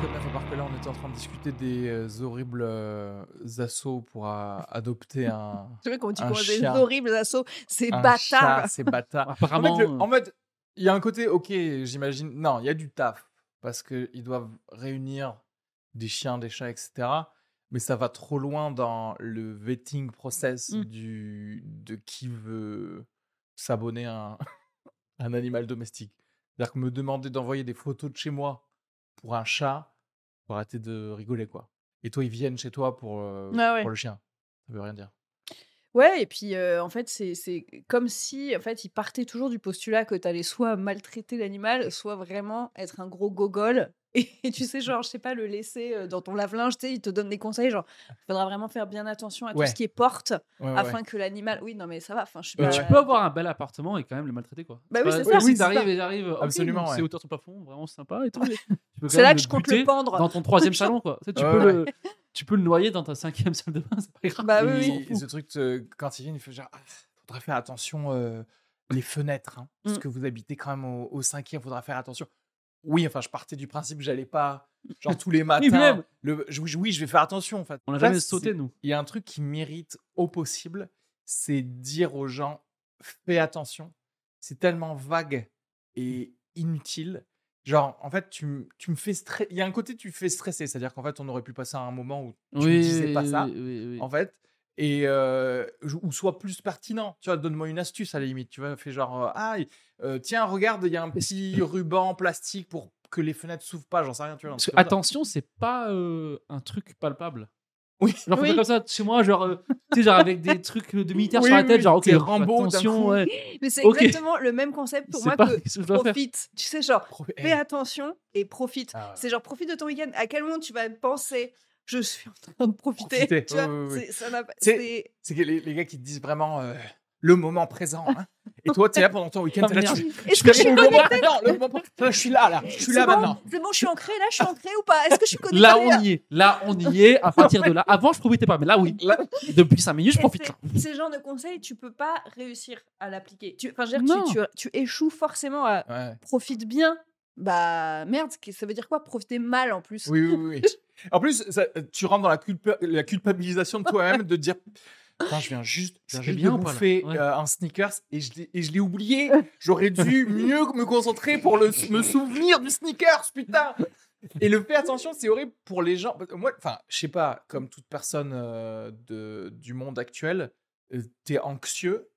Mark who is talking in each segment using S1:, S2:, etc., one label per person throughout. S1: Comme la fois par Euh, que là, on était en train de discuter des euh, horribles euh, assauts pour euh, adopter un,
S2: C'est vrai qu'on dit
S1: Un
S2: qu'on a des
S1: chien.
S2: horribles assauts. C'est
S1: un
S2: bâtard.
S1: chat, c'est bâtard. En
S3: Apparemment,
S1: fait, le- en mode, il y a un côté, ok, j'imagine. Non, il y a du taf parce que ils doivent réunir des chiens, des chats, etc. Mais ça va trop loin dans le vetting process
S2: Mm.
S1: du de qui veut s'abonner à un, un animal domestique. C'est-à-dire que me demander d'envoyer des photos de chez moi pour un chat, pour arrêter de rigoler quoi. Et toi, ils viennent chez toi pour, euh,
S2: Ah ouais.
S1: pour le chien. Ça veut rien dire.
S2: Ouais, et puis euh, en fait, c'est- c'est comme si en fait, il partait toujours du postulat que t'allais soit maltraiter l'animal, soit vraiment être un gros gogol. Et, tu sais, genre, je sais pas, le laisser euh, dans ton lave-linge, tu sais, il te donne des conseils, genre, faudra vraiment faire bien attention à
S1: Ouais.
S2: tout ce qui est porte,
S1: Ouais, ouais, ouais.
S2: afin que l'animal... Oui, non, mais ça va, enfin, je suis
S1: Euh,
S2: pas...
S1: tu
S3: tu peux avoir un bel appartement et quand même le maltraiter quoi.
S2: Bah oui,
S3: pas-
S2: c'est ça,
S3: Si
S2: c'est
S3: t'arrives
S2: ça.
S3: et j'arrive, ok,
S1: Absolument,
S3: donc
S1: ouais.
S3: c'est hauteur sur plafond, vraiment sympa et tout. mais tu peux quand
S2: C'est
S3: même
S2: là que je compte le
S3: buter
S2: pendre.
S3: Dans ton troisième salon quoi. Tu, sais, tu
S1: Ouais,
S3: peux
S1: ouais.
S3: Le, tu peux le noyer dans ta cinquième salle de bain, c'est pas grave.
S2: Bah
S1: Et
S2: oui,
S3: ils
S2: oui.
S3: s'en
S1: il-
S3: foutent.
S1: ce truc, euh, quand ils viennent, il faut genre, Ah, faudra faire attention euh, les fenêtres, hein,
S3: Mmh.
S1: parce
S2: Mm.
S1: que vous habitez quand même au, au cinquième, faudra faire attention. Oui, enfin, je partais du principe, que j'allais pas, genre tous les matins.
S3: même.
S1: le, je- oui, oui, je vais faire attention. En fait.
S3: On n'a
S1: Ça,
S3: jamais
S1: c'est-
S3: sauté nous.
S1: Il y a un truc qui mérite au possible, c'est dire aux gens, fais attention. C'est tellement vague et
S3: Mmh.
S1: inutile. Genre, en fait, tu, m- tu me fais stresser. Il y a un côté, tu me fais stresser. C'est-à-dire qu'en fait, on aurait pu passer à un moment où tu ne disais pas ça
S3: oui, oui, oui.
S1: en fait. Et euh, je- ou soit plus pertinent, tu vois, donne-moi une astuce à la limite, tu vois, fais genre, euh, ah, euh, tiens, regarde, il y a un petit ruban plastique pour que les fenêtres s'ouvrent pas, j'en sais rien, tu vois. un
S3: Parce que,
S1: truc comme ça.
S3: attention, c'est pas euh, un truc palpable.
S1: Oui.
S3: Genre, faut
S2: Oui.
S3: pas comme ça chez moi, genre, euh, tu sais, genre avec des trucs de militaires
S1: Oui,
S3: sur la tête,
S1: oui,
S3: genre, ok,
S1: t'es Rambo d'un
S3: attention,
S1: coup.
S3: ouais,
S2: Mais c'est
S3: Ok.
S2: exactement le même concept pour
S3: c'est
S2: moi
S3: pas
S2: que
S3: ce que je dois faire.
S2: profite. Tu sais, genre,
S1: Pro- eh,
S2: fais attention et profite.
S1: Ah ouais.
S2: C'est genre profite de ton week-end. À quel moment tu vas penser je suis en train de profiter,
S1: Profiter,
S2: tu
S1: oui,
S2: vois,
S1: oui, oui.
S2: c'est- ça n'a pas-
S1: C'est-
S2: c'est-
S1: C'est que les, les gars qui te disent vraiment euh, le moment présent. hein. Et toi, t'es là pendant ton
S2: Oh,
S1: week-end,
S3: Ah,
S1: t'es là,
S3: merde.
S1: tu-
S2: Est-ce
S1: tu fais
S2: que je suis
S1: le
S2: connectée
S1: moment présent, le moment présent, je suis là, là, je suis là
S2: C'est bon
S1: maintenant.
S2: C'est bon, je suis ancrée là, je suis ancrée ou pas Est-ce que je suis connectée
S3: Là, on y est. Là, on y est. À partir de là. Avant, je profitais pas, mais là, oui.
S1: Là-
S3: Depuis 5 minutes, je
S2: Et
S3: profite.
S2: c'est- Ces genres de conseils, tu peux pas réussir à l'appliquer. Tu, enfin, je veux dire, tu- tu, tu échoues forcément à
S1: Ouais.
S2: profite bien. Bah merde, qu'est- ça veut dire quoi Profiter mal en plus.
S1: Oui, oui, oui. En plus, ça- tu rentres dans la, culpa- la culpabilisation de toi-même de dire Putain, je viens juste, je viens
S3: C'était
S1: juste
S3: bien
S1: de
S3: ou pas, là
S1: bouffer
S3: Ouais.
S1: euh, un sneakers et je l'ai- et je l'ai oublié. J'aurais dû mieux me concentrer pour le, me souvenir du sneakers, putain. Et le fait attention, c'est horrible pour les gens. Moi, enfin, je sais pas, comme toute personne euh, de, du monde actuel, euh, t'es anxieux.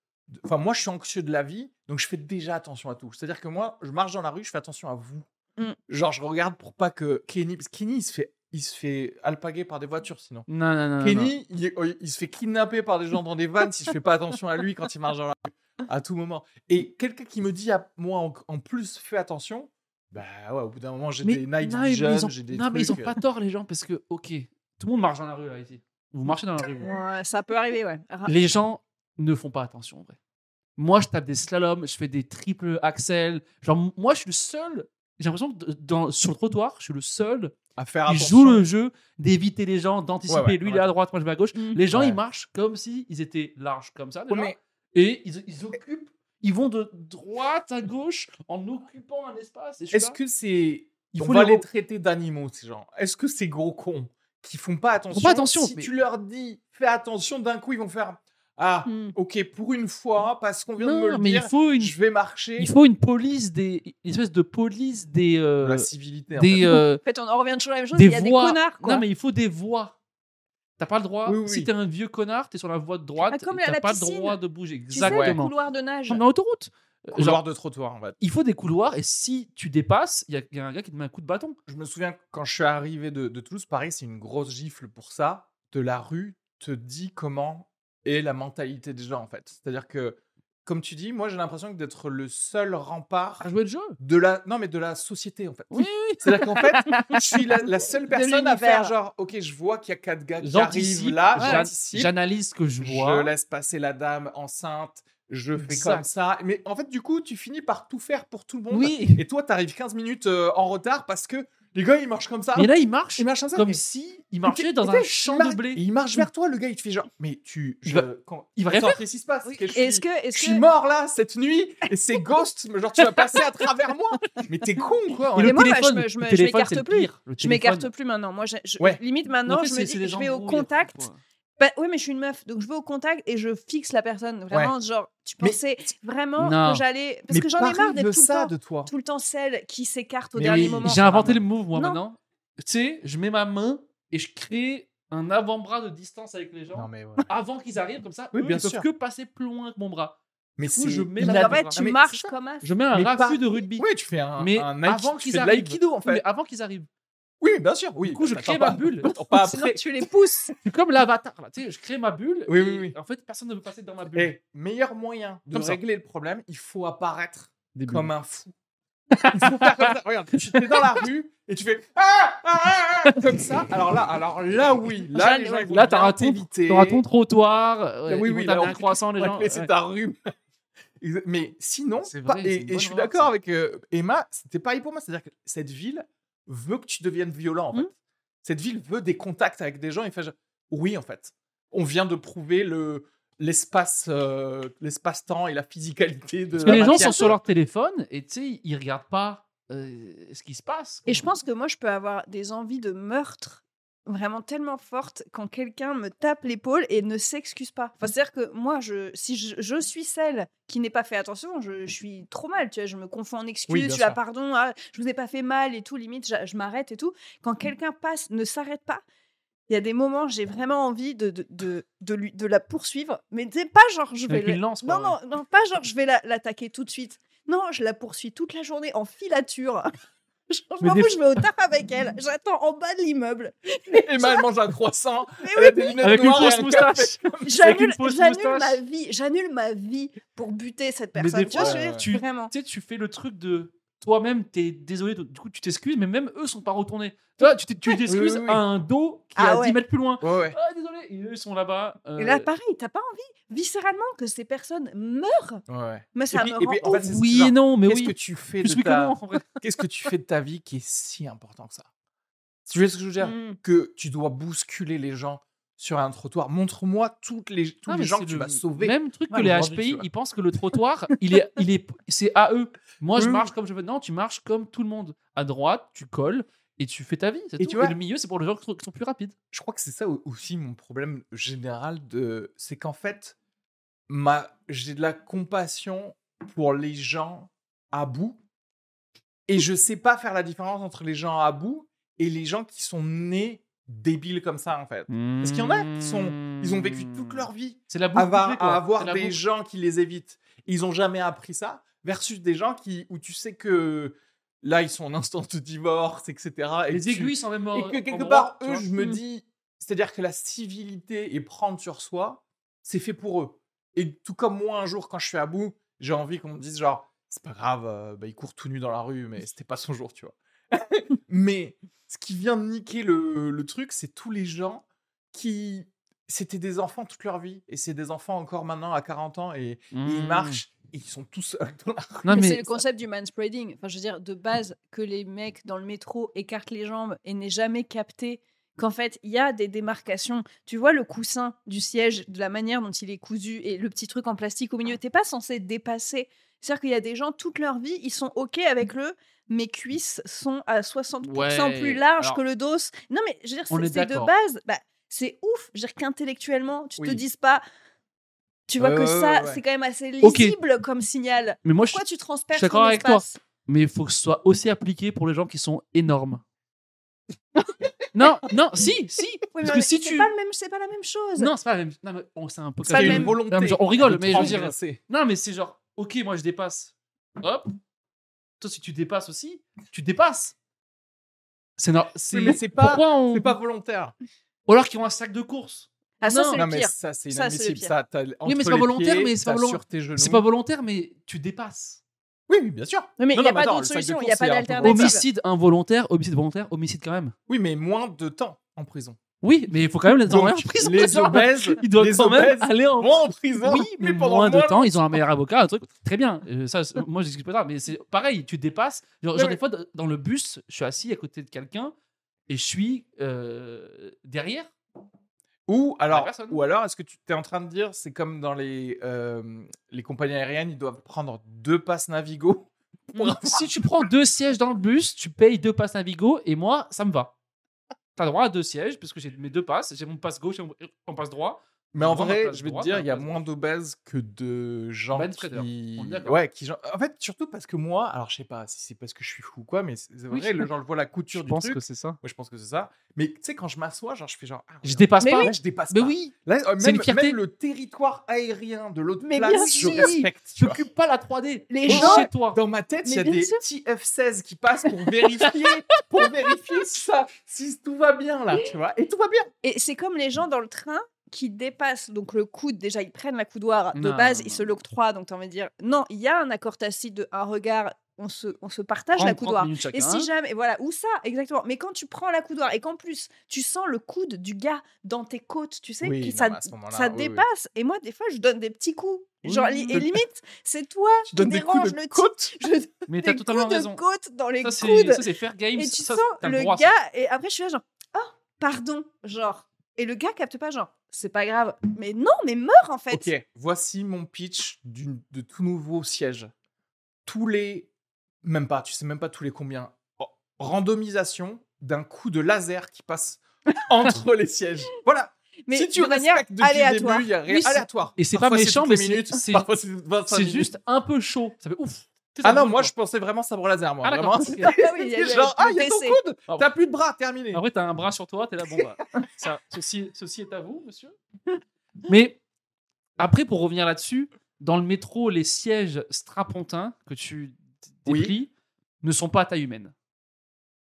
S1: Enfin, moi, je suis anxieux de la vie, donc je fais déjà attention à tout. C'est-à-dire que moi, je marche dans la rue, je fais attention à vous.
S2: Mm.
S1: Genre, je regarde pour pas que Kenny, parce que Kenny, il se fait, il se fait alpaguer par des voitures, sinon.
S3: Non, non, non, non. non.
S1: Kenny, il, est- oh, il se fait kidnapper par des gens dans des vannes si je fais pas attention à lui quand il marche dans la rue, à tout moment. Et quelqu'un qui me dit à moi en, en plus, fais attention, bah ouais, au bout d'un moment, j'ai
S3: Mais-
S1: des night
S3: non, mais
S1: vision,
S3: ils ont-
S1: j'ai des
S3: Non, mais ils ont
S1: trucs, euh,
S3: pas tort, les gens, parce que, ok, tout le monde marche dans la rue, là, ici. Vous marchez dans la rue. vous.
S2: Ouais, ça peut arriver, ouais. Ra-
S3: Les gens ne font pas attention, en vrai. Moi, je tape des slaloms, je fais des triples axels. Genre, m- moi, je suis le seul. J'ai l'impression que d- dans, sur le trottoir, je suis le seul
S1: à faire
S3: qui
S1: attention.
S3: joue le jeu d'éviter les gens, d'anticiper.
S1: Ouais, ouais,
S3: lui, il
S1: ouais.
S3: est à droite, moi, je vais à gauche.
S2: Mm.
S3: Les gens,
S1: Ouais.
S3: ils marchent comme s'ils étaient larges, comme ça.
S1: Ouais,
S3: déjà.
S1: mais
S3: et ils, ils occupent, ils vont de droite à gauche en occupant un espace. Et je suis
S1: est-ce
S3: là,
S1: que c'est.
S3: il
S1: on
S3: faut
S1: va
S3: les
S1: les
S3: re-
S1: traiter d'animaux, ces gens. Est-ce que ces gros cons qui font pas attention
S3: pas attention,
S1: Si
S3: mais-
S1: tu leur dis fais attention, d'un coup, ils vont faire Ah,
S2: Hmm.
S1: ok, pour une fois, parce qu'on vient de me le
S3: mais
S1: dire,
S3: il faut une
S1: je vais marcher.
S3: il faut une police des une espèce de police des euh,
S1: la civilité. en
S3: des
S1: fait.
S3: euh,
S2: En fait, on en revient toujours à la même chose.
S3: des
S2: Il y a
S3: voix.
S2: des connards, quoi.
S3: non mais il faut des voix. T'as pas le droit.
S1: Oui, oui,
S3: Si
S1: oui.
S3: t'es un vieux connard, t'es sur la voie de droite.
S2: Ah, comme
S3: et
S2: à
S3: t'as
S2: la
S3: pas le
S2: piscine.
S3: droit de bouger.
S2: Tu sais, les
S3: Exactement.
S2: couloirs de nage.
S3: Comme dans l'autoroute.
S1: Couloir
S3: euh, Genre,
S1: de trottoir, en fait.
S3: il faut des couloirs et si tu dépasses, il y a- il y, a un gars qui te met un coup de bâton.
S1: Je me souviens quand je suis arrivé de, de Toulouse, pareil, c'est une grosse gifle pour ça. De la rue te dit comment est la mentalité des gens en fait. C'est-à-dire que, comme tu dis, moi j'ai l'impression que d'être le seul rempart
S3: À jouer le jeu.
S1: de la non mais de la société en fait.
S3: Ah. Oui,
S1: C'est-à-dire qu'en fait, je suis la, la seule personne à faire
S2: l'univers.
S1: genre, ok, je vois qu'il y a quatre gars qui
S3: J'anticipe.
S1: arrivent là,
S3: j'an-
S1: j'anticipe,
S3: J'analyse ce que je vois.
S1: je laisse passer la dame enceinte, je fais
S3: Exact.
S1: comme ça. Mais en fait, du coup, tu finis par tout faire pour tout le monde.
S3: oui.
S1: Et toi, t'arrives 15 minutes euh, en retard parce que les gars, ils marchent comme ça.
S3: Mais là, il marche
S1: ils marchent comme ça.
S3: comme
S1: Et-
S3: si il marchait
S1: et-
S3: dans
S1: et-
S3: un
S1: et-
S3: champ
S1: il mar-
S3: de
S1: et
S3: blé.
S1: Il marche vers toi, le gars, il te fait genre, mais tu.
S3: Il
S1: Je,
S3: va-
S1: quand-
S3: il va rien
S1: Attends, Qu'est-ce qui se passe
S2: Oui.
S1: Qu'est-ce que je suis-
S2: Est-ce que,
S1: Je
S2: est-ce
S1: suis
S2: que,
S1: mort là cette nuit et c'est Ghost, mais genre tu vas passer à travers moi. Mais t'es con quoi.
S2: Et
S3: le
S2: moi, bah, je
S3: téléphone,
S2: me- je
S3: le
S2: me- je
S3: téléphone,
S2: m'écarte
S3: c'est le
S2: plus.
S3: pire. Le
S2: je
S3: téléphone.
S2: m'écarte plus maintenant. Moi, je- je-
S1: Ouais.
S2: limite
S3: Mais en
S2: maintenant,
S3: fait,
S2: je
S3: c'est-
S2: me
S3: c'est
S2: dis,
S3: des
S2: je vais au
S3: embrouilles, euh,
S2: contact.
S3: quoi.
S2: Bah, oui, mais je suis une meuf, donc je vais au contact et je fixe la personne. Vraiment, genre, tu
S1: Mais-
S2: pensais vraiment
S3: Non.
S2: que j'allais. Parce
S1: Mais
S2: que j'en ai
S1: parie
S2: marre d'être
S1: de
S2: tout le
S1: ça
S2: temps.
S1: de toi.
S2: Tout le temps celle qui s'écarte au
S1: Mais
S2: dernier
S1: oui.
S2: moment.
S3: J'ai inventé le move, moi,
S2: Non.
S3: maintenant. Tu sais, je mets ma main et je crée un avant-bras de distance avec les gens
S1: Non mais ouais.
S3: avant qu'ils arrivent, comme ça.
S1: Oui,
S3: eux,
S1: bien
S3: ils peuvent
S1: sûr.
S3: que passer plus loin que mon bras.
S1: Mais
S3: Du coup,
S1: c'est
S3: je mets
S2: Donc,
S3: la-
S2: en
S1: inadapté.
S2: fait,
S1: Non,
S2: tu
S1: mais
S2: marches
S1: c'est ça.
S2: comme un.
S3: Je mets un
S1: Mais
S3: raffut
S1: pas-
S3: de rugby.
S1: Oui, tu fais un,
S3: Mais
S1: un Nike,
S3: avant
S1: tu
S3: qu'ils
S1: fais de
S3: arrivent.
S1: l'aïkido en
S3: Oui, mais
S1: fait.
S3: avant qu'ils arrivent.
S1: Oui, bien sûr. Oui.
S3: du coup, je
S1: Attends,
S3: crée
S1: pas-
S3: ma bulle.
S1: attends, Pas
S2: Sinon,
S1: après.
S2: tu les pousses.
S3: C'est comme l'avatar, là. Tu sais, je crée ma bulle.
S1: Oui,
S3: et
S1: oui, oui.
S3: En fait, personne ne veut passer dans ma bulle.
S1: Eh, meilleur moyen de
S3: Comme ça.
S1: régler le problème, il faut apparaître
S3: Des bulles.
S1: comme un fou. Il faut faire comme ça. Regarde, tu es dans la rue et tu fais ah, ah, ah, ah comme ça. Alors là, alors là oui, là
S2: Jeanne,
S1: les gens,
S2: ouais.
S1: ils vont
S3: Là, t'as
S1: bien
S3: un trou-
S1: t'éviter.
S3: T'auras ton trottoir. euh,
S1: Ah
S3: Oui,
S1: oui,
S3: oui,
S1: oui,
S3: T'as
S1: là,
S3: un
S1: on-
S3: croissant, les
S1: Ouais,
S3: gens.
S1: mais c'est
S3: ouais.
S1: ta rue. Exa- Mais sinon,
S3: C'est
S1: pas-
S3: vrai, c'est
S1: et,
S3: une
S1: et
S3: bonne
S1: je suis
S3: remarque,
S1: d'accord
S3: ça.
S1: avec euh, Emma, c'était pas hypo moi, c'est-à-dire que cette ville veut que tu deviennes violent en
S2: Hmm.
S3: Mmh.
S1: fait. Cette ville veut des contacts avec des gens et fait genre, oui en fait. On vient de prouver le l'espace euh, l'espace-temps et la physicalité de
S3: Parce
S1: la
S3: que les gens
S1: euh, matière.
S3: sont sur leur téléphone et tu sais, ils regardent pas euh, ce qui se passe.
S1: Mmh
S2: Et je pense que moi, je peux avoir des envies de meurtre vraiment tellement fortes quand quelqu'un me tape l'épaule et ne s'excuse pas.
S1: Mmh.
S2: Enfin, c'est-à-dire que moi, je, si je, je suis celle qui n'ai pas fait attention, je, je suis trop mal, tu vois, je me confonds en excuses,
S1: Mmh. Oui, bien
S2: tu vois,
S1: sûr.
S2: pardon, ah, je vous ai pas fait mal et tout, limite, j'a- je, m'arrête et tout.
S1: Mmh.
S2: Quand quelqu'un passe, ne s'arrête pas, il y a des moments, j'ai vraiment envie de, de, de, de lui, de la poursuivre, mais c'est pas genre, je vais...
S3: Avec
S2: la-
S3: une lance, quoi,
S2: non, non, non, pas genre, je vais la- l'attaquer tout de suite. Non, je la poursuis toute la journée en filature. Je je
S1: Mais
S2: m'en
S1: des
S2: fous, je vais au taf avec elle. J'attends en bas de l'immeuble.
S1: Emma, elle mange un croissant,
S2: Mais
S1: elle a des lunettes
S3: Avec une
S1: noires et
S3: grosse
S1: un
S3: moustache.
S2: J'annule
S3: fausse
S2: j'annule
S3: moustache.
S2: ma vie. J'annule ma vie pour buter cette
S3: Mais
S2: personne.
S3: des
S2: Tu vois
S1: fois, euh,
S2: ce que je veux dire
S3: tu-
S2: Vraiment.
S3: tu sais, tu fais le truc de toi-même, t'es désolé, du coup tu t'excuses, mais même eux sont pas retournés. Tu vois, tu t'es- tu t'excuses
S1: oui, oui.
S3: à un dos qui est
S2: Ah
S3: à 10
S2: ouais.
S3: mètres plus loin.
S1: café. Ouais, ouais.
S3: Ah, désolé, et eux ils sont là-bas. euh,
S2: Et là, pareil, t'as pas envie viscéralement que ces personnes meurent.
S1: ouais.
S2: Mais ça
S1: puis-
S2: me
S1: et
S2: rend
S1: puis, en
S2: ouf.
S1: fait, c'est-
S3: oui
S1: genre,
S3: et non, mais
S1: Qu'est-ce
S3: oui.
S1: que tu fais
S3: Plus
S1: de
S3: oui que non,
S1: ta
S3: en vrai.
S1: Qu'est-ce que tu fais de ta vie qui est si important que ça Tu vois ce que je veux dire
S2: Mm.
S1: Que tu dois bousculer les gens sur un trottoir. Montre-moi toutes les tous
S3: Ah,
S1: les
S3: mais
S1: gens
S3: c'est
S1: que tu
S3: le
S1: vas sauver.
S3: Même truc que
S1: Ouais,
S3: les
S1: aujourd'hui, tu
S3: HPI,
S1: vois.
S3: ils pensent que le trottoir, il est, il est, c'est à eux. Moi, je
S1: Oui, oui.
S3: marche comme je veux. Non, tu marches comme tout le monde. À droite, tu colles et tu fais ta vie. c'est
S1: Et
S3: tout.
S1: tu vois-
S3: et le milieu, c'est pour les gens qui sont, qui sont plus rapides.
S1: Je crois que c'est ça au- aussi mon problème général de c'est qu'en fait ma j'ai de la compassion pour les gens à bout et je sais pas faire la différence entre les gens à bout et les gens qui sont nés débiles comme ça en fait.
S3: Parce
S1: qu'il y en a qui sont- Ils ont vécu
S3: Mmh.
S1: toute leur vie
S3: C'est la boucle
S1: à, va-
S3: bouclée, quoi.
S1: à avoir
S3: C'est la
S1: des
S3: boucle.
S1: gens qui les évitent. Ils ont jamais appris ça, versus des gens qui, où tu sais que là, ils sont en instance de divorce, etc. Et,
S3: Les
S1: tu-
S3: aiguilles sont même. euh,
S1: et
S3: en-
S1: que quelque
S3: endroit,
S1: part,
S3: tu
S1: eux,
S3: vois. Mmh.
S1: je me
S2: Mm.
S1: dis, c'est-à-dire que la civilité et prendre sur soi, c'est fait pour eux. Et tout comme moi, un jour, quand je suis à bout, j'ai envie qu'on me dise, genre, c'est pas grave, euh, bah, il court tout nu dans la rue, mais c'était pas son jour, tu vois. mais ce qui vient de niquer le, le truc, c'est tous les gens qui. C'était des enfants toute leur vie, et c'est des enfants encore maintenant à 40 ans, et, et ils
S3: Mm.
S1: marchent, et ils sont tous seuls dans la rue.
S3: Non,
S2: Mais
S3: mais,
S2: c'est le concept du manspreading. Enfin, je veux dire, de base, que les mecs dans le métro écartent les jambes et n'aient jamais capté qu'en fait, il y a des démarcations. Tu vois le coussin du siège, de la manière dont il est cousu et le petit truc en plastique au milieu, t'es pas censé dépasser. C'est-à-dire qu'il y a des gens, toute leur vie, ils sont OK avec le mes cuisses sont à 60%
S3: Ouais,
S2: plus larges
S3: alors-
S2: que le dos. Non, mais je veux dire,
S3: On
S2: c'est
S3: est
S2: c'est de
S3: d'accord.
S2: base. Bah, c'est ouf, je veux dire qu'intellectuellement, tu
S1: Oui.
S2: te dises pas Tu vois
S1: Ouais,
S2: que
S1: ouais,
S2: ça,
S1: ouais, ouais.
S2: c'est quand même assez lisible
S3: Ok.
S2: comme signal.
S3: Mais moi, je,
S2: Pourquoi tu transperces
S3: je suis d'accord
S2: ton
S3: avec toi.
S2: espace
S3: mais il faut que ce soit aussi appliqué pour les gens qui sont énormes. non, non, si, si.
S2: Oui,
S3: parce
S2: mais
S3: que si
S2: c'est
S3: tu.
S2: pas le même- c'est pas la même chose.
S3: Non, c'est pas la même. Non, mais bon, c'est un peu
S2: C'est pas
S3: casse-
S2: le
S1: une
S2: même.
S1: volonté.
S3: Non, mais genre, on rigole,
S1: de
S3: mais je veux dire-
S1: transgresser.
S3: Non, mais c'est genre, ok, moi je dépasse. Hop. Toi, si tu dépasses aussi, tu dépasses. C'est nor-
S1: Oui, mais c'est pas,
S3: Pourquoi on-
S1: c'est pas volontaire.
S3: Ou alors qu'ils ont un sac de course.
S2: Ah, ça,
S3: Non.
S2: c'est
S1: Non,
S2: le
S1: mais
S2: pire.
S1: ça, c'est
S2: Ça, c'est le
S1: inadmissible.
S2: pire.
S1: Ça, t'as
S3: mais
S1: entre
S3: c'est pas
S1: les
S3: volontaire,
S1: pieds,
S3: mais c'est pas
S1: t'as
S3: volon-
S1: sur tes genoux.
S3: C'est pas volontaire, mais tu dépasses.
S1: Oui, oui, bien sûr.
S2: Oui, mais
S1: Non,
S2: il n'y a
S1: non,
S2: pas
S1: attends,
S2: d'autre
S1: le sac de
S2: solution, il
S1: course,
S2: n'y a pas
S1: il est un peu
S2: d'alternative.
S1: volontaire.
S3: Homicide involontaire, homicide volontaire, homicide quand même.
S1: Oui, mais moins de temps en prison.
S3: Oui, mais il faut quand même les
S1: Donc,
S3: envoyer en prison.
S1: les obèses,
S3: Ils doivent
S1: les
S3: quand même
S1: obèses
S3: aller en
S1: vont en prison.
S3: Oui, mais,
S1: pendant
S3: moins de
S1: moins
S3: temps, ils ont un meilleur avocat, un truc. Très bien. Euh, ça, c'est- moi, j'explique pas ça, mais c'est pareil. Tu dépasses. Genre,
S1: Ouais,
S3: genre,
S1: ouais.
S3: des fois, d- dans le bus, je suis assis à côté de quelqu'un et je suis euh, derrière.
S1: Ou alors,
S3: personne.
S1: ou alors est-ce que tu t'es en train de dire, c'est comme dans les, euh, les compagnies aériennes, ils doivent prendre deux passes Navigo
S3: si tu prends deux sièges dans le bus, tu payes deux passes Navigo et moi, ça me va. T'as droit à deux sièges parce que j'ai mes deux passes. J'ai mon passe gauche et mon- et mon passe droit.
S1: Mais en
S3: Moi, ma
S1: vrai,
S3: place
S1: je vais te
S3: droite,
S1: dire,
S3: ma
S1: il y a
S3: place
S1: moins d'obèses que de gens
S3: Ben Spreader,
S1: qui...
S3: on est d'accord.
S1: Ouais, qui... gen- En fait, surtout parce que moi, alors je sais pas si c'est parce que je suis fou ou quoi, mais c'est c'est
S3: Oui.
S1: vrai, le, genre, je vois la couture
S3: je
S1: du
S3: pense
S1: truc.
S3: que c'est ça.
S1: Moi, je pense que c'est ça. Mais tu sais, quand je m'assois, genre, je fais genre... Ah,
S3: Je
S1: ouais,
S3: dépasse
S2: Mais
S3: pas.
S1: là, je dépasse
S3: Mais
S1: pas.
S3: oui,
S1: Là, euh,
S3: C'est
S1: même,
S3: une fierté.
S1: même le territoire aérien de l'autre
S2: Mais bien
S1: place, je
S2: sûr.
S1: respecte. tu
S3: tu
S1: vois.
S3: occupes pas la 3D.
S2: Les
S3: Bon,
S2: gens-
S3: chez toi.
S1: Dans ma tête,
S2: Mais
S1: il y a
S2: bien
S1: des
S2: sûr.
S1: petits F-16 qui passent pour vérifier, pour vérifier si, ça, si tout va bien, là, tu vois. Et tout va bien.
S2: Et c'est comme les gens dans le train qui dépassent donc le coude. Déjà, ils prennent la coudoir de
S3: Non,
S2: base,
S3: non,
S2: ils
S3: non,
S2: se
S3: non.
S2: l'octroient. Donc, tu as envie de dire non, il y a un accord tacite de un regard, on se, on se partage la
S3: 30
S2: coudoir.
S3: minutes
S2: Et
S3: chacun. hein.
S2: si jamais, et voilà, ou ça, exactement. Mais quand tu prends la coudoir et qu'en plus, tu sens le coude du gars dans tes côtes, tu sais,
S1: Oui,
S2: qui-
S1: non,
S2: ça,
S1: mais à ce moment-là,
S2: ça
S1: oui, oui.
S2: dépasse. Et moi, des fois, je donne des petits coups. Genre, li-
S1: Mmh.
S2: et limite, c'est toi
S1: Tu
S2: qui
S1: donnes des
S2: dérange
S1: coups de
S2: le type.
S1: côte.
S2: Je donne
S3: Mais t'as
S2: des
S3: totalement
S2: coups de
S3: raison.
S2: côte dans les
S3: Ça,
S2: coudes.
S3: c'est- ça, c'est fair game.
S2: Et tu
S3: ça,
S2: sens
S3: t'as
S2: le
S3: droit à ça.
S2: gars, et après je suis là genre, oh, pardon, genre. Et le gars capte pas, genre, c'est pas grave. Mais non, mais meurs en fait.
S1: Ok, voici mon pitch d'une- de tout nouveau siège. Tous les, même pas, tu sais même pas tous les combien, Oh, randomisation d'un coup de laser qui passe entre les sièges. Voilà.
S2: Mais
S1: si tu
S2: de manière
S1: respectes depuis le
S2: aléatoire.
S1: début, il y a rien
S3: Oui, c'est-
S1: aléatoire.
S3: et c'est pas
S1: Parfois,
S3: méchant,
S1: toutes
S3: mais
S1: les
S3: c'est-
S1: minutes,
S3: c'est-
S1: parfois, c'est 25
S3: C'est
S1: minutes.
S3: juste un peu chaud. Ça fait ouf.
S1: Ah non, moi je pensais vraiment sabre laser, moi.
S3: Ah, d'accord.
S1: vraiment.
S2: Ah oui, il y a- il y a
S1: Genre,
S2: tout
S1: ah, il y a ton
S2: baissé.
S1: coude,
S3: Ah bon.
S1: t'as plus de bras, terminé.
S3: Après, t'as un bras sur toi, t'es là, bon bah. ça, ceci, ceci est à vous, monsieur. Mais après, pour revenir là-dessus, dans le métro, les sièges strapontins que tu
S1: Oui.
S3: déplis ne sont pas à taille humaine.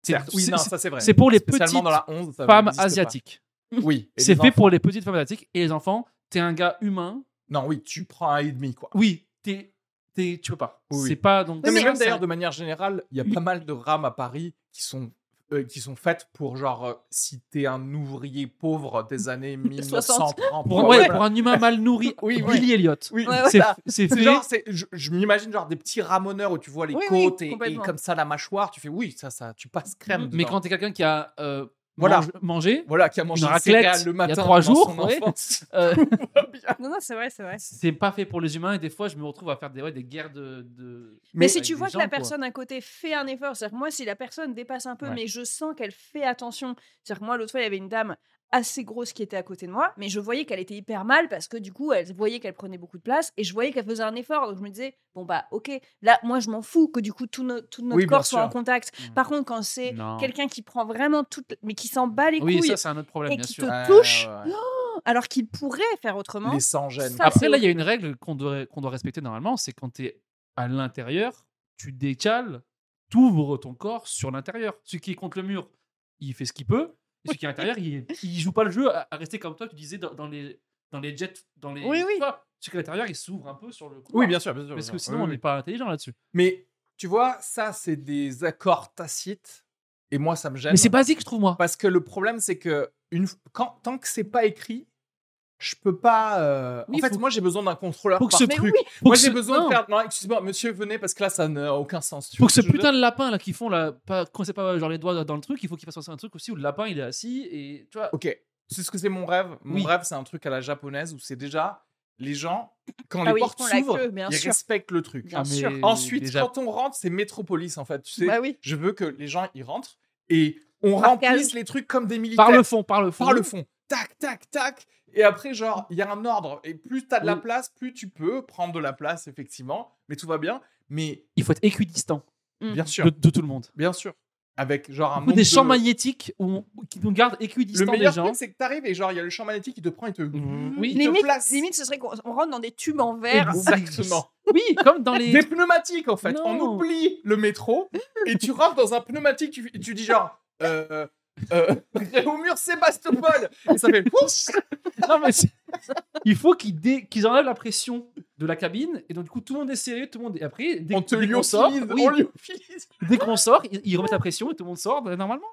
S3: C'est
S1: Certes, oui,
S3: c'est-
S1: non,
S3: c'est-
S1: ça c'est vrai.
S3: c'est pour les petites
S1: Spécialement dans la 11, ça
S3: femmes
S1: n'existe pas.
S3: asiatiques.
S1: Oui. et
S3: C'est
S1: les
S3: fait
S1: enfants.
S3: pour les petites femmes asiatiques et les enfants. T'es un gars humain.
S1: Non, oui, tu prends un et demi, quoi.
S3: Oui, t'es, t'es- tu peux pas.
S1: Oui.
S3: C'est pas donc.
S1: Non, mais
S3: c'est-
S1: même
S3: c'est-
S1: d'ailleurs, de manière générale, il y a pas mal de rames à Paris qui sont, euh, qui sont faites pour genre, euh, si t'es un ouvrier pauvre des années 1930.
S3: pour,
S1: quoi,
S3: ouais,
S1: voilà.
S3: pour un humain mal nourri,
S1: Oui, ouais.
S3: Billy Elliot.
S1: Oui,
S2: Ouais,
S1: c'est
S3: C'est,
S1: ça.
S3: c'est
S1: C'est
S3: fait.
S1: genre, c'est- je, je m'imagine genre des petits ramoneurs où tu vois les
S2: Oui, oui,
S1: côtes et- et,
S2: complètement.
S1: comme ça la mâchoire, tu fais oui, ça, ça, tu passes crème.
S3: Mais
S1: dedans.
S3: quand t'es quelqu'un qui a euh,
S1: Voilà.
S3: mange- mangé,
S1: voilà, qui a mangé
S3: Une
S1: des
S3: raclette,
S1: céréales le
S3: il y a
S1: matin,
S3: trois
S1: dans
S3: jours,
S1: son
S3: ouais.
S1: enfance.
S3: euh,
S2: Non, non, c'est vrai, c'est vrai.
S3: c'est pas fait pour les humains et des fois je me retrouve à faire des, ouais, des guerres de. de-
S1: Mais
S2: Mais,
S1: euh,
S2: si
S3: avec
S2: tu
S3: des
S2: vois que
S3: gens,
S2: la
S3: quoi.
S2: personne à côté fait un effort, c'est-à-dire que moi, si la personne dépasse un peu,
S3: Ouais.
S2: mais je sens qu'elle fait attention, c'est-à-dire que moi, l'autre fois, il y avait une dame assez grosse qui était à côté de moi, mais je voyais qu'elle était hyper mal parce que du coup, elle voyait qu'elle prenait beaucoup de place et je voyais qu'elle faisait un effort. Donc je me disais, bon, bah, ok, là, moi, je m'en fous que du coup, tout, no- tout notre
S1: Oui, bien
S2: corps soit en
S1: sûr. Mmh.
S2: contact.
S3: Mm.
S2: Par contre, quand c'est
S3: Non.
S2: quelqu'un qui prend vraiment toute, mais qui s'en bat les
S3: Oui,
S2: couilles,
S3: ça c'est un autre problème,
S2: et
S3: bien
S2: qui
S3: sûr.
S2: te
S1: Ouais,
S2: touche,
S1: ouais, ouais.
S2: alors qu'il pourrait faire autrement. bah
S1: Les sans-gènes.
S2: Ça,
S1: quoi.
S3: Après, là, il y a une règle qu'on doit, qu'on doit respecter normalement c'est quand t'es à l'intérieur, tu décales, t'ouvres ton corps sur l'intérieur. Celui qui est contre le mur, il fait ce qu'il peut. Et celui qui est à l'intérieur, il, il joue pas le jeu à, à rester comme toi, tu disais, dans, dans les, dans les jets. Dans les,
S2: Oui, oui.
S3: tu vois, celui qui est à l'intérieur, il s'ouvre un peu sur le. couloir.
S1: Oui, bien sûr, bien sûr.
S3: Parce
S1: bien
S3: que
S1: sûr.
S3: sinon,
S1: Oui,
S3: on
S1: oui.
S3: n'est pas intelligent là-dessus.
S1: Mais tu vois, ça, c'est des accords tacites. Et moi, ça me gêne.
S3: Mais c'est basique, je trouve, moi.
S1: Parce que le problème, c'est que une... f- quand... tant que c'est pas écrit, je peux pas. euh,
S3: Oui,
S1: en fait,
S3: faut-
S1: moi, j'ai besoin d'un contrôleur.
S3: faut que
S1: par-
S3: ce
S2: Mais
S3: truc.
S2: oui.
S3: faut
S1: Moi,
S3: que
S1: j'ai
S3: ce-
S1: besoin
S3: non.
S1: de faire. Non, excuse-moi, monsieur, venez, parce que là, ça n'a aucun sens. Tu
S3: Faut
S1: vois
S3: que ce
S1: je veux dire
S3: putain de lapin là qui font là, pas, quand c'est pas genre les doigts dans le truc, il faut qu'il fasse passer un truc aussi où le lapin il est assis et tu vois.
S1: Ok. C'est ce que c'est mon rêve. Mon
S3: Oui.
S1: rêve, c'est un truc à la japonaise où c'est déjà les gens, quand
S2: Ah
S1: les
S2: oui, ils
S1: portes
S2: font la
S1: s'ouvrent,
S2: queue, bien
S1: ils
S2: sûr.
S1: respectent le truc.
S2: Bien sûr.
S3: Ah, mais
S1: Ensuite,
S3: déjà-
S1: quand on rentre, c'est métropolis, en fait. Tu sais,
S2: Bah oui.
S1: je veux que les gens y rentrent et on
S2: Par
S1: remplisse les trucs comme des militaires.
S3: par le fond, par le fond.
S1: par le fond. Tac, tac, tac. Et après, genre, il y a un ordre. Et plus t'as de la place, plus tu peux prendre de la place, effectivement. Mais tout va bien. Mais
S3: Il faut être équidistant
S2: Mm.
S1: bien sûr,
S3: de, de tout le monde.
S1: bien sûr. Avec genre un
S3: Ou
S1: nombre
S3: des champs
S1: de-
S3: magnétiques où on- qui nous gardent
S1: Le
S3: équidistants des
S1: meilleur
S3: gens.
S1: truc, c'est que t'arrives et genre, il y a le champ magnétique qui te prend et te.
S3: Mm. Oui.
S1: Il te
S2: Limite,
S1: place.
S2: limite, ce serait qu'on on rentre dans des tubes en verre.
S1: Exactement.
S3: Oui, comme dans les.
S1: Des pneumatiques, en fait. On
S3: Non.
S1: oublie le métro et tu rentres dans un pneumatique. Tu, tu dis genre. Euh, euh, au mur Sébastopol et ça fait Oups
S3: Non, mais c'est- Il faut qu'ils dé- qu'ils enlèvent la pression de la cabine et donc du coup tout le monde est serré, tout le monde. est- Après, dès,
S1: on te
S3: dès qu'on sort,
S1: lyophilisé
S3: oui,
S1: on lyophilisé.
S3: dès qu'on sort, ils, ils remettent la pression et tout le monde sort bah, normalement.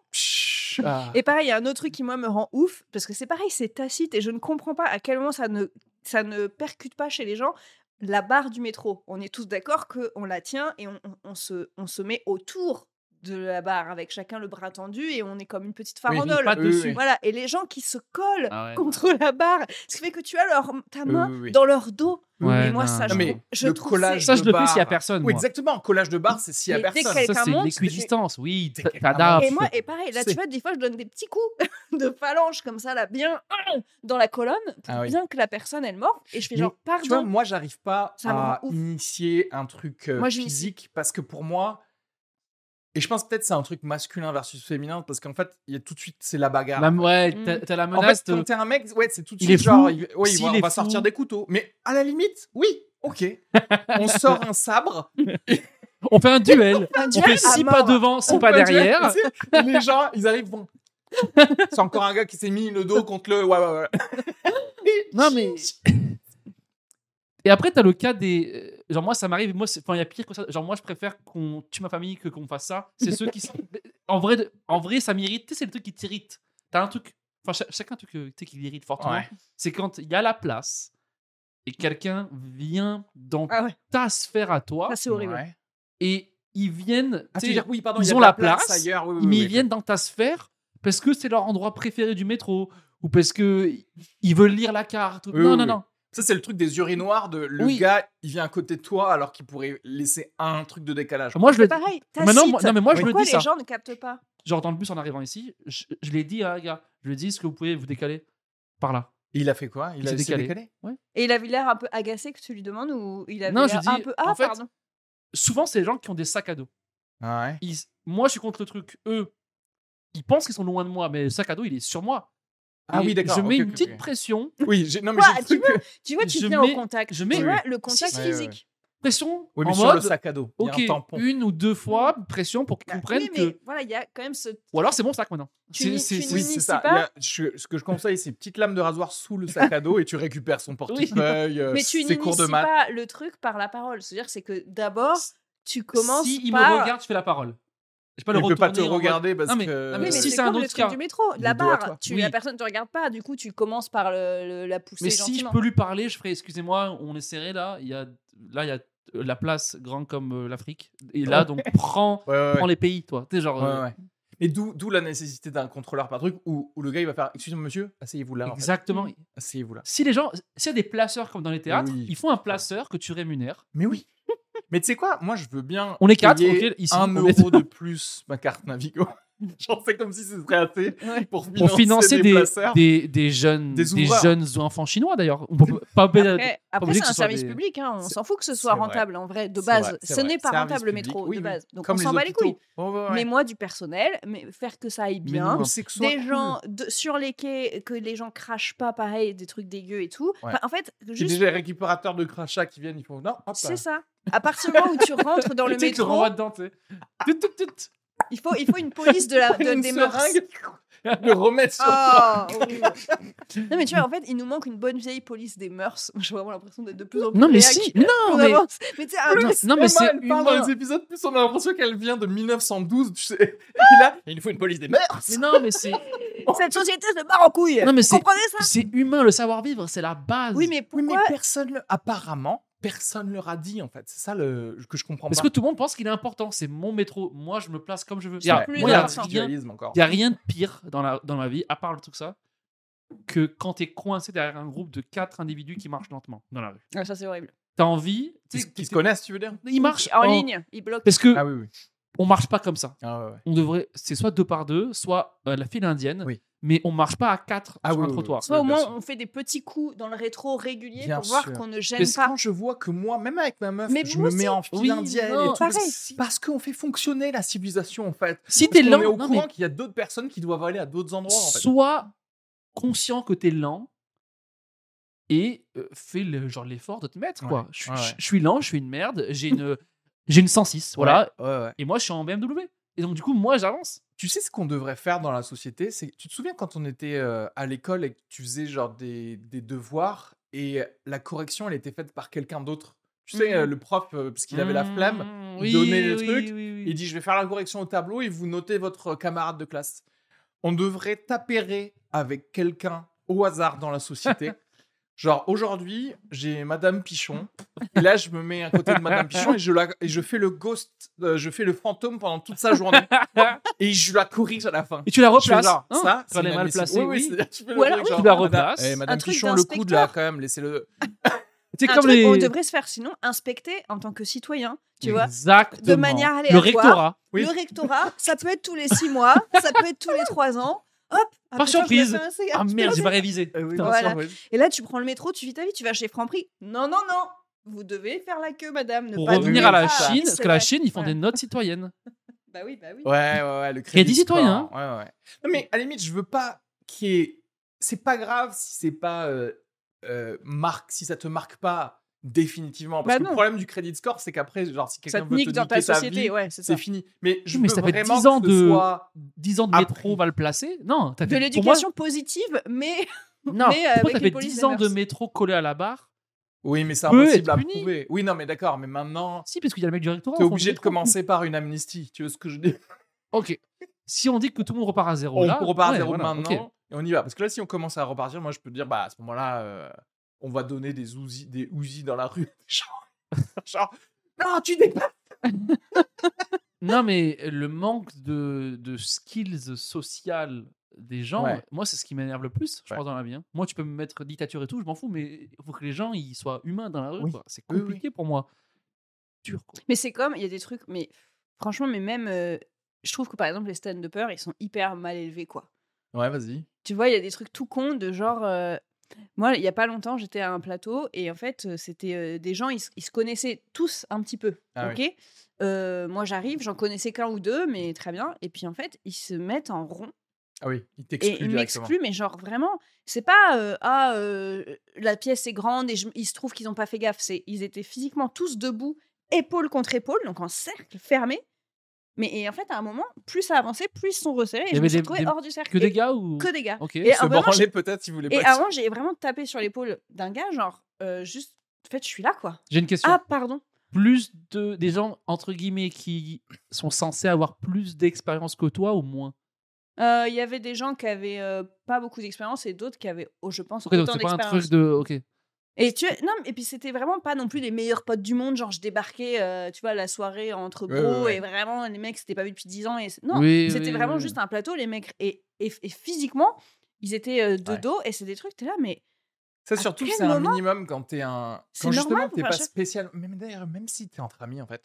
S3: Ah.
S2: Et pareil, il y a un autre truc qui moi me rend ouf parce que c'est pareil, c'est tacite et je ne comprends pas à quel moment ça ne ça ne percute pas chez les gens. La barre du métro, on est tous d'accord que on la tient et on, on- on se on se met autour de la barre avec chacun le bras tendu et on est comme une petite
S1: Oui,
S2: farandole.
S3: pas dessus.
S1: oui.
S2: Voilà, et les gens qui se collent
S3: Ah ouais.
S2: contre la barre, ce qui fait que tu as leur, ta
S1: Oui,
S2: main
S1: oui, oui.
S2: dans leur dos.
S3: Ouais,
S2: et moi,
S3: non,
S2: ça, je,
S3: non.
S1: Mais
S2: trouve- je
S1: le
S2: trouve
S1: collage-
S3: Ça, je
S1: de
S3: le fais s'il y a
S1: barre.
S3: personne.
S1: Oui,
S3: moi.
S1: exactement collage de barre c'est s'il y a
S2: Mais dès
S1: personne
S2: qu'elle-
S3: Ça, c'est
S2: Quelqu'un monte,
S3: l'équidistance. Oui,
S1: T'es-
S3: t'a-
S1: t'es-
S3: t'adaptes.
S2: Et moi, et pareil, là,
S1: C'est-
S2: tu vois, des fois, je donne des petits coups de phalange comme ça, là, bien hein, dans la colonne, pour
S1: Ah oui.
S2: bien que la personne, elle mord. Et je fais
S1: Mais
S2: genre,
S1: Tu vois,
S2: pardon.
S1: moi, j'arrive pas
S2: Ça me
S1: à
S2: rend ouf.
S1: initier un truc euh,
S2: Moi, je vais
S1: physique parce que pour moi, et je pense peut-être c'est un truc masculin versus féminin parce qu'en fait, il y a tout de suite, c'est la bagarre.
S3: La, ouais,
S2: Mm.
S3: t'as- t'as la
S1: En fait,
S3: menace. de-
S1: quand t'es un mec, ouais, c'est tout de
S3: euh, Il
S1: suite
S3: est
S1: genre,
S3: fou.
S1: il- ouais, il
S3: S'il
S1: va- on
S3: est
S1: va
S3: fou.
S1: sortir des couteaux. Mais à la limite, oui, ok. on sort un sabre.
S3: On fait un duel.
S2: un
S3: On
S2: duel
S3: fait
S2: à
S3: six
S2: mort.
S3: pas devant, six
S1: on
S3: pas
S1: peut dire,
S3: derrière.
S1: tu sais, et les gens, ils arrivent, bon. C'est encore un gars qui s'est mis le dos contre le. Ouais, ouais, ouais.
S3: Non, mais- Et après, t'as le cas des. euh, Genre, moi, ça m'arrive. Moi, c'est- enfin, il y a pire que ça. Genre, moi, je préfère qu'on tue ma famille que qu'on fasse ça. C'est ceux qui sont. En vrai, de- en vrai ça m'irrite. Tu sais, c'est le truc qui t'irrite. T'as un truc. Enfin, cha- chacun un truc euh, tu sais, qui l'irrite fortement.
S1: Ouais.
S3: C'est quand il y a la place et quelqu'un vient dans
S2: Ah ouais,
S3: ta sphère à toi
S2: ça c'est horrible.
S1: Ouais.
S3: et ils viennent.
S1: Ah, tu
S3: tu sais,
S1: veux dire, oui, pardon,
S3: ils
S1: il y a
S3: ont
S1: de la
S3: la
S1: place,
S3: place,
S1: ailleurs. oui, oui,
S3: mais
S1: oui,
S3: ils viennent dans ta sphère parce que c'est leur endroit préféré du métro ou parce que ils veulent lire la carte.
S1: Oui,
S3: non,
S1: oui,
S3: non,
S1: oui.
S3: non.
S1: Ça, c'est le truc des urinoirs de le
S3: Oui.
S1: gars, il vient à côté de toi alors qu'il pourrait laisser un truc de décalage.
S3: Moi, je le.
S2: C'est pareil, tacite.
S3: Maintenant, moi- non, mais moi, je le
S2: Pourquoi
S3: dis ça.
S2: les gens ne captent pas
S3: Genre, dans le bus en arrivant ici, je, je l'ai dit à un gars. Je lui ai dit est-ce que vous pouvez vous décaler par là
S1: Et il a fait quoi Il
S3: Il
S1: a
S3: s'est
S1: laissé
S3: décalé.
S1: décaler
S2: Et il avait l'air un peu agacé que tu lui demandes ou il avait
S3: Non, je
S2: l'air
S3: dis,
S2: un peu.
S3: en
S2: Ah,
S3: fait,
S2: pardon.
S3: Souvent, c'est les gens qui ont des sacs à dos.
S1: Ah ouais.
S3: Ils- moi, je suis contre le truc. Eux, ils pensent qu'ils sont loin de moi, mais le sac à dos, il est sur moi.
S1: Ah
S3: Et
S1: oui, d'accord.
S3: Je mets
S1: ok,
S3: une
S1: ok,
S3: petite
S1: ok.
S3: pression.
S1: Oui, j'ai- non, mais
S2: Quoi,
S1: j'ai
S2: tu
S1: cru que.
S2: Tu vois, tu
S3: je
S2: viens
S3: mets-
S2: au contact.
S3: je
S2: Tu
S3: mets-
S2: vois, le contact
S1: Ouais, ouais, ouais.
S2: physique.
S3: Pression
S1: Oui,
S3: en
S1: mais sur
S3: mode.
S1: le sac à dos.
S3: Ok,
S1: Il y a un tampon.
S3: une ou deux fois, pression pour qu'ils
S2: Bah,
S3: comprennent
S2: oui,
S3: que. Euh,
S2: mais voilà, il y a quand même ce.
S3: Ou alors c'est mon sac maintenant.
S2: Tu
S3: C'est-
S2: n'y-
S3: c'est-
S2: tu
S3: c'est-
S1: Oui,
S2: n'y-
S1: c'est
S2: N'initie
S1: ça.
S2: pas.
S1: Il y a- je- ce que je conseille, c'est petite lame de rasoir sous le sac à dos et tu récupères son portefeuille, euh,
S2: Mais tu
S1: ses cours de
S2: n'inities
S1: maths.
S2: pas le truc par la parole. C'est-à-dire, c'est que d'abord, tu commences.
S3: Si il me
S2: par...
S3: regarde, je fais la parole. Je peux
S1: Il ne peut pas te regarder parce
S3: Non, mais-
S1: que.
S3: non,
S2: Oui, mais
S3: si
S2: c'est
S3: c'est un
S2: comme le
S3: autre
S2: truc
S3: cas,
S2: du métro,
S1: il
S2: la
S1: est dos à
S2: barre.
S1: toi.
S2: Tu,
S3: Oui.
S2: La personne ne te regarde pas, du coup, tu commences par le, le- la pousser
S3: Mais si je
S2: gentiment.
S3: peux lui parler, je ferai excusez-moi, on est serré là, il y a là il y a euh, la place grande comme euh, l'Afrique et là donc prends
S1: Ouais, ouais, ouais.
S3: prends les pays toi. T'es genre
S1: Ouais,
S3: euh,
S1: ouais. Et d'où d'où la nécessité d'un contrôleur par truc où, où le gars il va faire Excusez-moi monsieur, asseyez-vous là. en fait.
S3: exactement.
S1: Asseyez-vous là.
S3: Si les gens s'il y a des placeurs comme dans les théâtres,
S1: Oui.
S3: il faut un placeur que tu rémunères.
S1: Mais oui. mais tu sais quoi Moi je veux bien.
S3: On est quatre,
S1: payer
S3: ok, ici,
S1: un
S3: on
S1: euro
S3: est-
S1: de plus ma carte Navigo. Genre c'est comme si ce serait assez
S2: Ouais.
S1: pour financer,
S3: Pour financer
S1: des,
S3: des,
S1: placeurs.
S3: des, des jeunes
S1: Des
S3: des
S1: ouvreurs.
S3: jeunes enfants chinois d'ailleurs. On peut pas
S2: Après, après,
S3: obligé que
S2: c'est un
S3: ce soit
S2: service
S3: des-
S2: public, hein, on
S1: C'est-
S2: s'en fout que ce
S1: c'est
S2: soit
S1: vrai.
S2: rentable en vrai, de
S1: C'est
S2: base.
S1: vrai, c'est
S2: Ce
S1: vrai.
S2: n'est pas
S1: Service
S2: rentable le
S1: public,
S2: métro
S1: oui,
S2: de
S1: oui.
S2: base. Donc
S1: Comme
S2: on s'en
S1: les
S2: bat les
S1: hôpitaux.
S2: couilles.
S1: Ouais, ouais, ouais.
S2: Mais moi, du personnel, mais faire que ça aille
S1: Mais
S2: bien.
S1: nous, c'est que ce soit
S2: des
S1: cool.
S2: gens de- sur les quais, que les gens crachent pas pareil, des trucs dégueux et tout. Enfin, en fait,
S1: C'est
S2: juste,
S1: déjà les récupérateurs de crachats qui viennent, ils font non, hop.
S2: c'est ça. À partir du moment où tu rentres dans le
S3: Tu sais, tu
S2: métro, ah,
S3: renvoies dedans, tu sais. Tout, tout, tout.
S2: il faut, il faut une police de la, de-
S1: Une
S2: des mœurs.
S1: seringue, le remettre sur.
S3: Oh,
S2: Ah, horrible. non mais tu vois en fait il nous manque une bonne vieille police des mœurs. J'ai vraiment l'impression d'être de plus en plus
S3: Non mais
S2: réac.
S3: si, non
S2: On
S3: mais
S2: avance. mais tu sais, ah, un-
S3: non, non, mais c'est
S1: Emma, elle parle
S3: humain.
S1: dans les épisodes, plus on a l'impression qu'elle vient de 1912, tu sais. Et là, il nous faut une police des mœurs.
S3: Mais non, mais c'est
S2: cette société se barre en couille.
S3: Non,
S2: Vous
S3: mais c'est-
S2: comprenez ça
S3: c'est humain, le savoir-vivre, c'est la base.
S2: Oui mais
S1: Oui, mais
S2: pourquoi
S1: personne, le- apparemment, personne leur a dit en fait. C'est ça le que je comprends
S3: Parce que
S1: pas.
S3: tout le monde pense qu'il est important. C'est mon métro. Moi, je me place comme je veux. Il
S1: C'est
S3: y a, hein.
S1: vrai.
S2: plus
S3: moi, il y a
S2: d'argent.
S3: rien,
S1: individualisme encore.
S3: il y a rien de pire dans, la, dans ma vie, à part le truc ça, que quand t'es coincé derrière un groupe de quatre individus qui marchent lentement dans la rue.
S2: Ah, Ça c'est horrible.
S3: T'as envie. tu
S1: Ils,
S3: sais,
S1: ils se connaissent, tu veux dire
S3: Ils marchent
S2: en ligne, il bloque.
S3: Parce que
S1: Ah oui, oui.
S3: on marche pas comme ça.
S1: Ah, ouais, ouais.
S3: On devrait. C'est soit deux par deux, soit euh, la file indienne.
S1: Oui.
S3: mais on marche pas à 4
S1: Ah
S3: sur
S1: oui,
S3: un
S1: oui,
S3: trottoir.
S2: Soit au
S1: bien
S2: moins
S1: sûr.
S2: on fait des petits coups dans le rétro régulier
S1: Bien
S2: pour voir
S1: sûr.
S2: qu'on ne gêne
S1: Mais c'est
S2: pas.
S1: quand je vois que moi, même avec ma meuf,
S2: Mais
S1: je
S2: moi
S1: me mets
S2: aussi.
S1: en file
S3: Oui,
S1: indienne
S3: non,
S1: et tout.
S2: pareil.
S1: Parce qu'on fait fonctionner la civilisation, en fait.
S3: Si
S1: Parce
S3: t'es
S1: qu'on
S3: lent,
S1: est au
S3: non,
S1: courant
S3: mais
S1: qu'il y a d'autres personnes qui doivent aller à d'autres endroits, en fait.
S3: sois conscient que t'es lent et euh, fais le, genre l'effort de te mettre quoi.
S1: Ouais,
S3: Je,
S1: ouais,
S3: je-
S1: ouais.
S3: je suis lent, je suis une merde, j'ai une j'ai une 106, voilà,
S1: Ouais, ouais, ouais.
S3: et moi je suis en BMW. Et donc du coup, moi j'avance.
S1: Tu sais ce qu'on devrait faire dans la société c'est Tu te souviens quand on était euh, à l'école et que tu faisais genre des, des devoirs et la correction, elle était faite par quelqu'un d'autre Tu sais,
S3: Mm-hmm.
S2: Mhm.
S1: euh, le prof, euh, parce qu'il avait la
S3: Mmh,
S1: flamme,
S3: oui,
S1: donner le
S3: oui,
S1: truc,
S3: oui, oui.
S1: il dit Je vais faire la correction au tableau et vous notez votre camarade de classe. On devrait tapérer avec quelqu'un au hasard dans la société. Genre, aujourd'hui, j'ai Madame Pichon. Et là, je me mets à côté de Madame Pichon et je, la, et je fais le ghost, euh, je fais le fantôme pendant toute sa journée. et je la corrige à la fin.
S3: Et tu la
S1: Je fais
S3: replaces.
S1: genre,
S3: hein,
S1: ça,
S3: quand elle est mal
S1: inadmissible.
S3: placée.
S1: Oui, oui,
S3: oui.
S1: c'est- tu fais
S2: Ou
S1: le
S2: alors,
S1: truc,
S2: oui,
S1: genre,
S3: tu la
S1: madame-
S3: replaces.
S1: eh, Madame
S2: Un truc
S1: Pichon, le coude là,
S2: d'inspecteur.
S1: quand même, laissez-le.
S3: C'est
S2: Un
S3: comme
S2: truc
S3: les.
S2: qu'on devrait se faire sinon inspecter en tant que citoyen, tu vois.
S3: Exactement.
S2: de manière
S3: Le
S2: aléatoire.
S3: rectorat.
S1: Oui.
S2: Le rectorat, ça peut être tous les six mois, ça peut être tous les trois ans. Hop, ah,
S3: Par
S2: putain, je me
S3: surprise.
S2: fais un cigare,
S3: Ah
S2: je me
S3: merde,
S2: fais
S3: j'ai pas révisé.
S1: Eh oui,
S3: Putain.
S1: bien sûr,
S2: Voilà.
S1: oui.
S2: Et là, tu prends le métro, tu vis ta vie, tu vas chez Franprix. Non, non, non. Vous devez faire la queue, madame. Ne
S3: Pour
S2: pas
S3: revenir
S2: oublier.
S3: à la
S2: Ah,
S3: Chine,
S2: oui,
S3: parce
S2: c'est
S3: que la
S2: vrai.
S3: Chine, ils font
S2: Ouais.
S3: des notes citoyennes.
S2: Bah oui, bah oui.
S1: Ouais, ouais, ouais, le crédit,
S3: Crédit
S1: citoyen.
S3: citoyen.
S1: Ouais, ouais. Non, mais à la limite, je veux pas qu'il y ait- C'est pas grave si c'est pas euh, euh, marque, si ça te marque pas définitivement. Parce
S2: Bah
S1: que le
S2: non.
S1: problème du crédit score, c'est qu'après, genre, si
S2: Ça
S1: quelqu'un
S2: te
S1: veut te
S2: nique dans ta
S1: niquer ta
S2: société,
S1: vie,
S2: ouais, c'est ça.
S1: c'est fini. Mais je
S3: mais
S1: veux
S3: ça fait
S1: vraiment
S3: 10 ans
S1: que ce
S3: de-
S1: soit-
S3: 10 ans de
S1: Appris.
S3: métro mal placé. Non, t'as
S2: De
S3: fait- pour
S2: l'éducation positive, mais
S3: moi- Non,
S2: mais euh,
S3: pour moi,
S2: avec
S3: t'as
S2: les
S3: fait
S2: polices
S3: 10
S2: des
S3: ans de
S2: mœurs.
S3: métro collé à la barre.
S1: Oui, mais c'est
S3: peut
S1: impossible
S3: être
S1: à
S3: puni.
S1: prouver. Oui, non, mais d'accord, mais maintenant,
S3: Si, parce qu'il y a le mec du rectorat.
S1: t'es
S3: au fond du
S1: obligé de
S3: métro.
S1: commencer par une amnistie. Tu veux ce que je dis
S3: Ok. Si on dit que tout le monde repart à zéro,
S1: On
S3: là,
S1: repart à
S3: ouais,
S1: zéro
S3: voilà,
S1: maintenant
S3: ok.
S1: et on y va. Parce que là, si on commence à repartir, moi, je peux te dire, bah, à ce moment-là, euh, on va donner des ouzis, des ouzis dans la rue. genre, genre, non, tu dépasses.
S3: Non, mais le manque de, de skills sociales des gens,
S1: Ouais.
S3: moi, c'est ce qui m'énerve le plus, je
S1: Ouais.
S3: crois, dans la vie. hein. Moi, tu peux me mettre dictature et tout, je m'en fous, mais il faut que les gens ils soient humains dans la rue.
S1: Oui.
S3: quoi. C'est
S1: Oui, oui.
S3: compliqué pour moi. Dur, quoi.
S2: Mais c'est comme, il y a des trucs, mais franchement, mais même, euh, je trouve que par exemple, les stand peur ils sont hyper mal élevés, quoi.
S1: Ouais, vas-y.
S2: Tu vois, il y a des trucs tout cons de genre. euh, Moi, il n'y a pas longtemps, j'étais à un plateau et en fait, euh, c'était euh, des gens, ils, se- ils se connaissaient tous un petit peu.
S1: Ah
S2: ok Euh, moi, j'arrive, j'en connaissais qu'un ou deux, mais très bien. Et puis en fait, ils se mettent en rond
S1: Ah oui, il
S2: et
S1: t'exclut
S2: ils
S1: directement.
S2: m'excluent, mais genre vraiment, c'est pas euh, ah euh, la pièce est grande et je- il se trouve qu'ils n'ont pas fait gaffe. C'est ils étaient physiquement tous debout, épaule contre épaule, donc en cercle fermé. Mais et en fait, à un moment, plus ça avançait, plus ils se sont resserrés.
S3: Il y
S2: Et je me
S3: avait
S2: suis
S3: des-
S2: retrouvée
S3: des-
S2: hors du cercle.
S3: Que des
S2: Et-
S3: gars ou.
S2: que des gars.
S3: Ok.
S2: Et
S1: Se
S2: un moment,
S1: branler, peut-être, si vous voulez
S2: Et
S1: pas.
S2: avant, j'ai vraiment tapé sur l'épaule d'un gars, genre, euh, juste, en fait, je suis là, quoi.
S3: J'ai une question.
S2: Ah, pardon.
S3: Plus de des gens entre guillemets qui sont censés avoir plus d'expérience que toi ou moins.
S2: Euh, Il y avait des gens qui avaient euh, pas beaucoup d'expérience et d'autres qui avaient, oh, je pense,
S3: Ok, donc
S2: autant
S3: c'est pas un
S2: d'expérience.
S3: truc de. Ok.
S2: Et tu non, mais- et puis c'était vraiment pas non plus les meilleurs potes du monde. Genre, je débarquais, euh, tu vois, à la soirée entre
S1: Ouais,
S2: bros
S1: ouais, ouais.
S2: et vraiment, les mecs, c'était pas vu depuis 10 ans. Et... c'est- Non,
S3: Oui,
S2: c'était
S3: oui,
S2: vraiment
S3: oui.
S2: juste un plateau, les mecs. Et, et, et physiquement, ils étaient euh, de
S1: Ouais.
S2: dos et c'est des trucs, t'es là, mais
S1: Ça,
S2: à
S1: surtout,
S2: quel
S1: c'est un
S2: moment
S1: minimum quand t'es un.
S2: C'est
S1: Quand justement,
S2: normal,
S1: t'es
S2: enfin,
S1: pas
S2: je-
S1: spécial. Même d'ailleurs, même si t'es entre amis, en fait,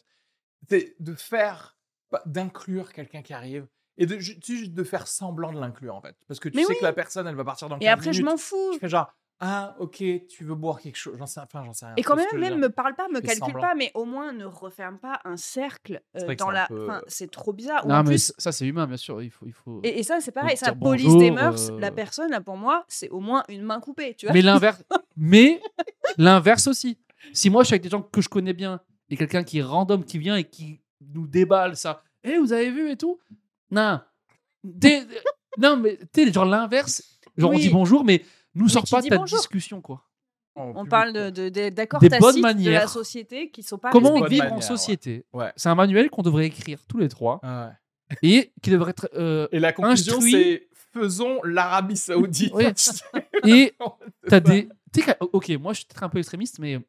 S1: t'es- de faire. bah, d'inclure quelqu'un qui arrive et de ju- juste de faire semblant de l'inclure, en fait. Parce que tu
S2: Mais
S1: sais
S2: oui.
S1: que la personne, elle va partir dans 15
S2: Et après, je
S1: minutes.
S2: m'en fous.
S1: Je fais genre, ah, ok, tu veux boire quelque chose. J'en sais, enfin, j'en sais rien.
S2: Et
S1: Tu
S2: quand
S1: vois
S2: même,
S1: ce que je veux
S3: hein.
S2: même
S1: dire
S2: me parle pas, me
S1: Fais
S2: calcule
S1: semblant.
S2: pas, mais au moins ne referme pas un cercle euh,
S1: C'est vrai que
S2: dans
S1: c'est un
S2: la.
S1: peu-
S2: enfin, c'est trop bizarre. Ou
S3: Non
S2: en
S3: mais
S2: plus-
S3: ça ça, c'est humain bien sûr. Il faut il faut.
S2: Et, et ça, c'est
S3: Faut
S2: pareil, ça,
S3: dire
S2: police des
S3: bonjour,
S2: mœurs,
S3: euh.
S2: la personne, là, pour moi, c'est au moins une main coupée, tu vois.
S3: Mais l'inverse. mais l'inverse aussi. Si moi je suis avec des gens que je connais bien et quelqu'un qui est random qui vient et qui nous déballe ça. Eh vous avez vu et tout. Non. T'es- non mais t'es genre l'inverse. Genre on
S2: Oui.
S3: dit bonjour mais nous sort
S2: tu
S3: pas
S2: dis
S3: de ta
S2: bonjour. Ah,
S3: discussion quoi.
S1: Oh,
S2: On
S1: public,
S2: parle
S1: quoi.
S2: de- de- de- d'accords
S3: Des
S2: de, tacites
S3: bonnes
S2: de la
S3: manières.
S2: sociétés qui sont pas.
S3: Comment
S1: Bonne
S2: respectés.
S3: vivre
S1: manière,
S3: en
S1: ouais.
S3: société
S1: Ouais.
S3: C'est un manuel qu'on devrait écrire tous les trois
S1: Ah ouais.
S3: et qui devrait être. euh,
S1: Et la conclusion,
S3: Instruit.
S1: c'est faisons l'Arabie Saoudite.
S3: Oui. et t'as des. t'sais qu'à- ok, moi je suis peut-être un peu extrémiste, mais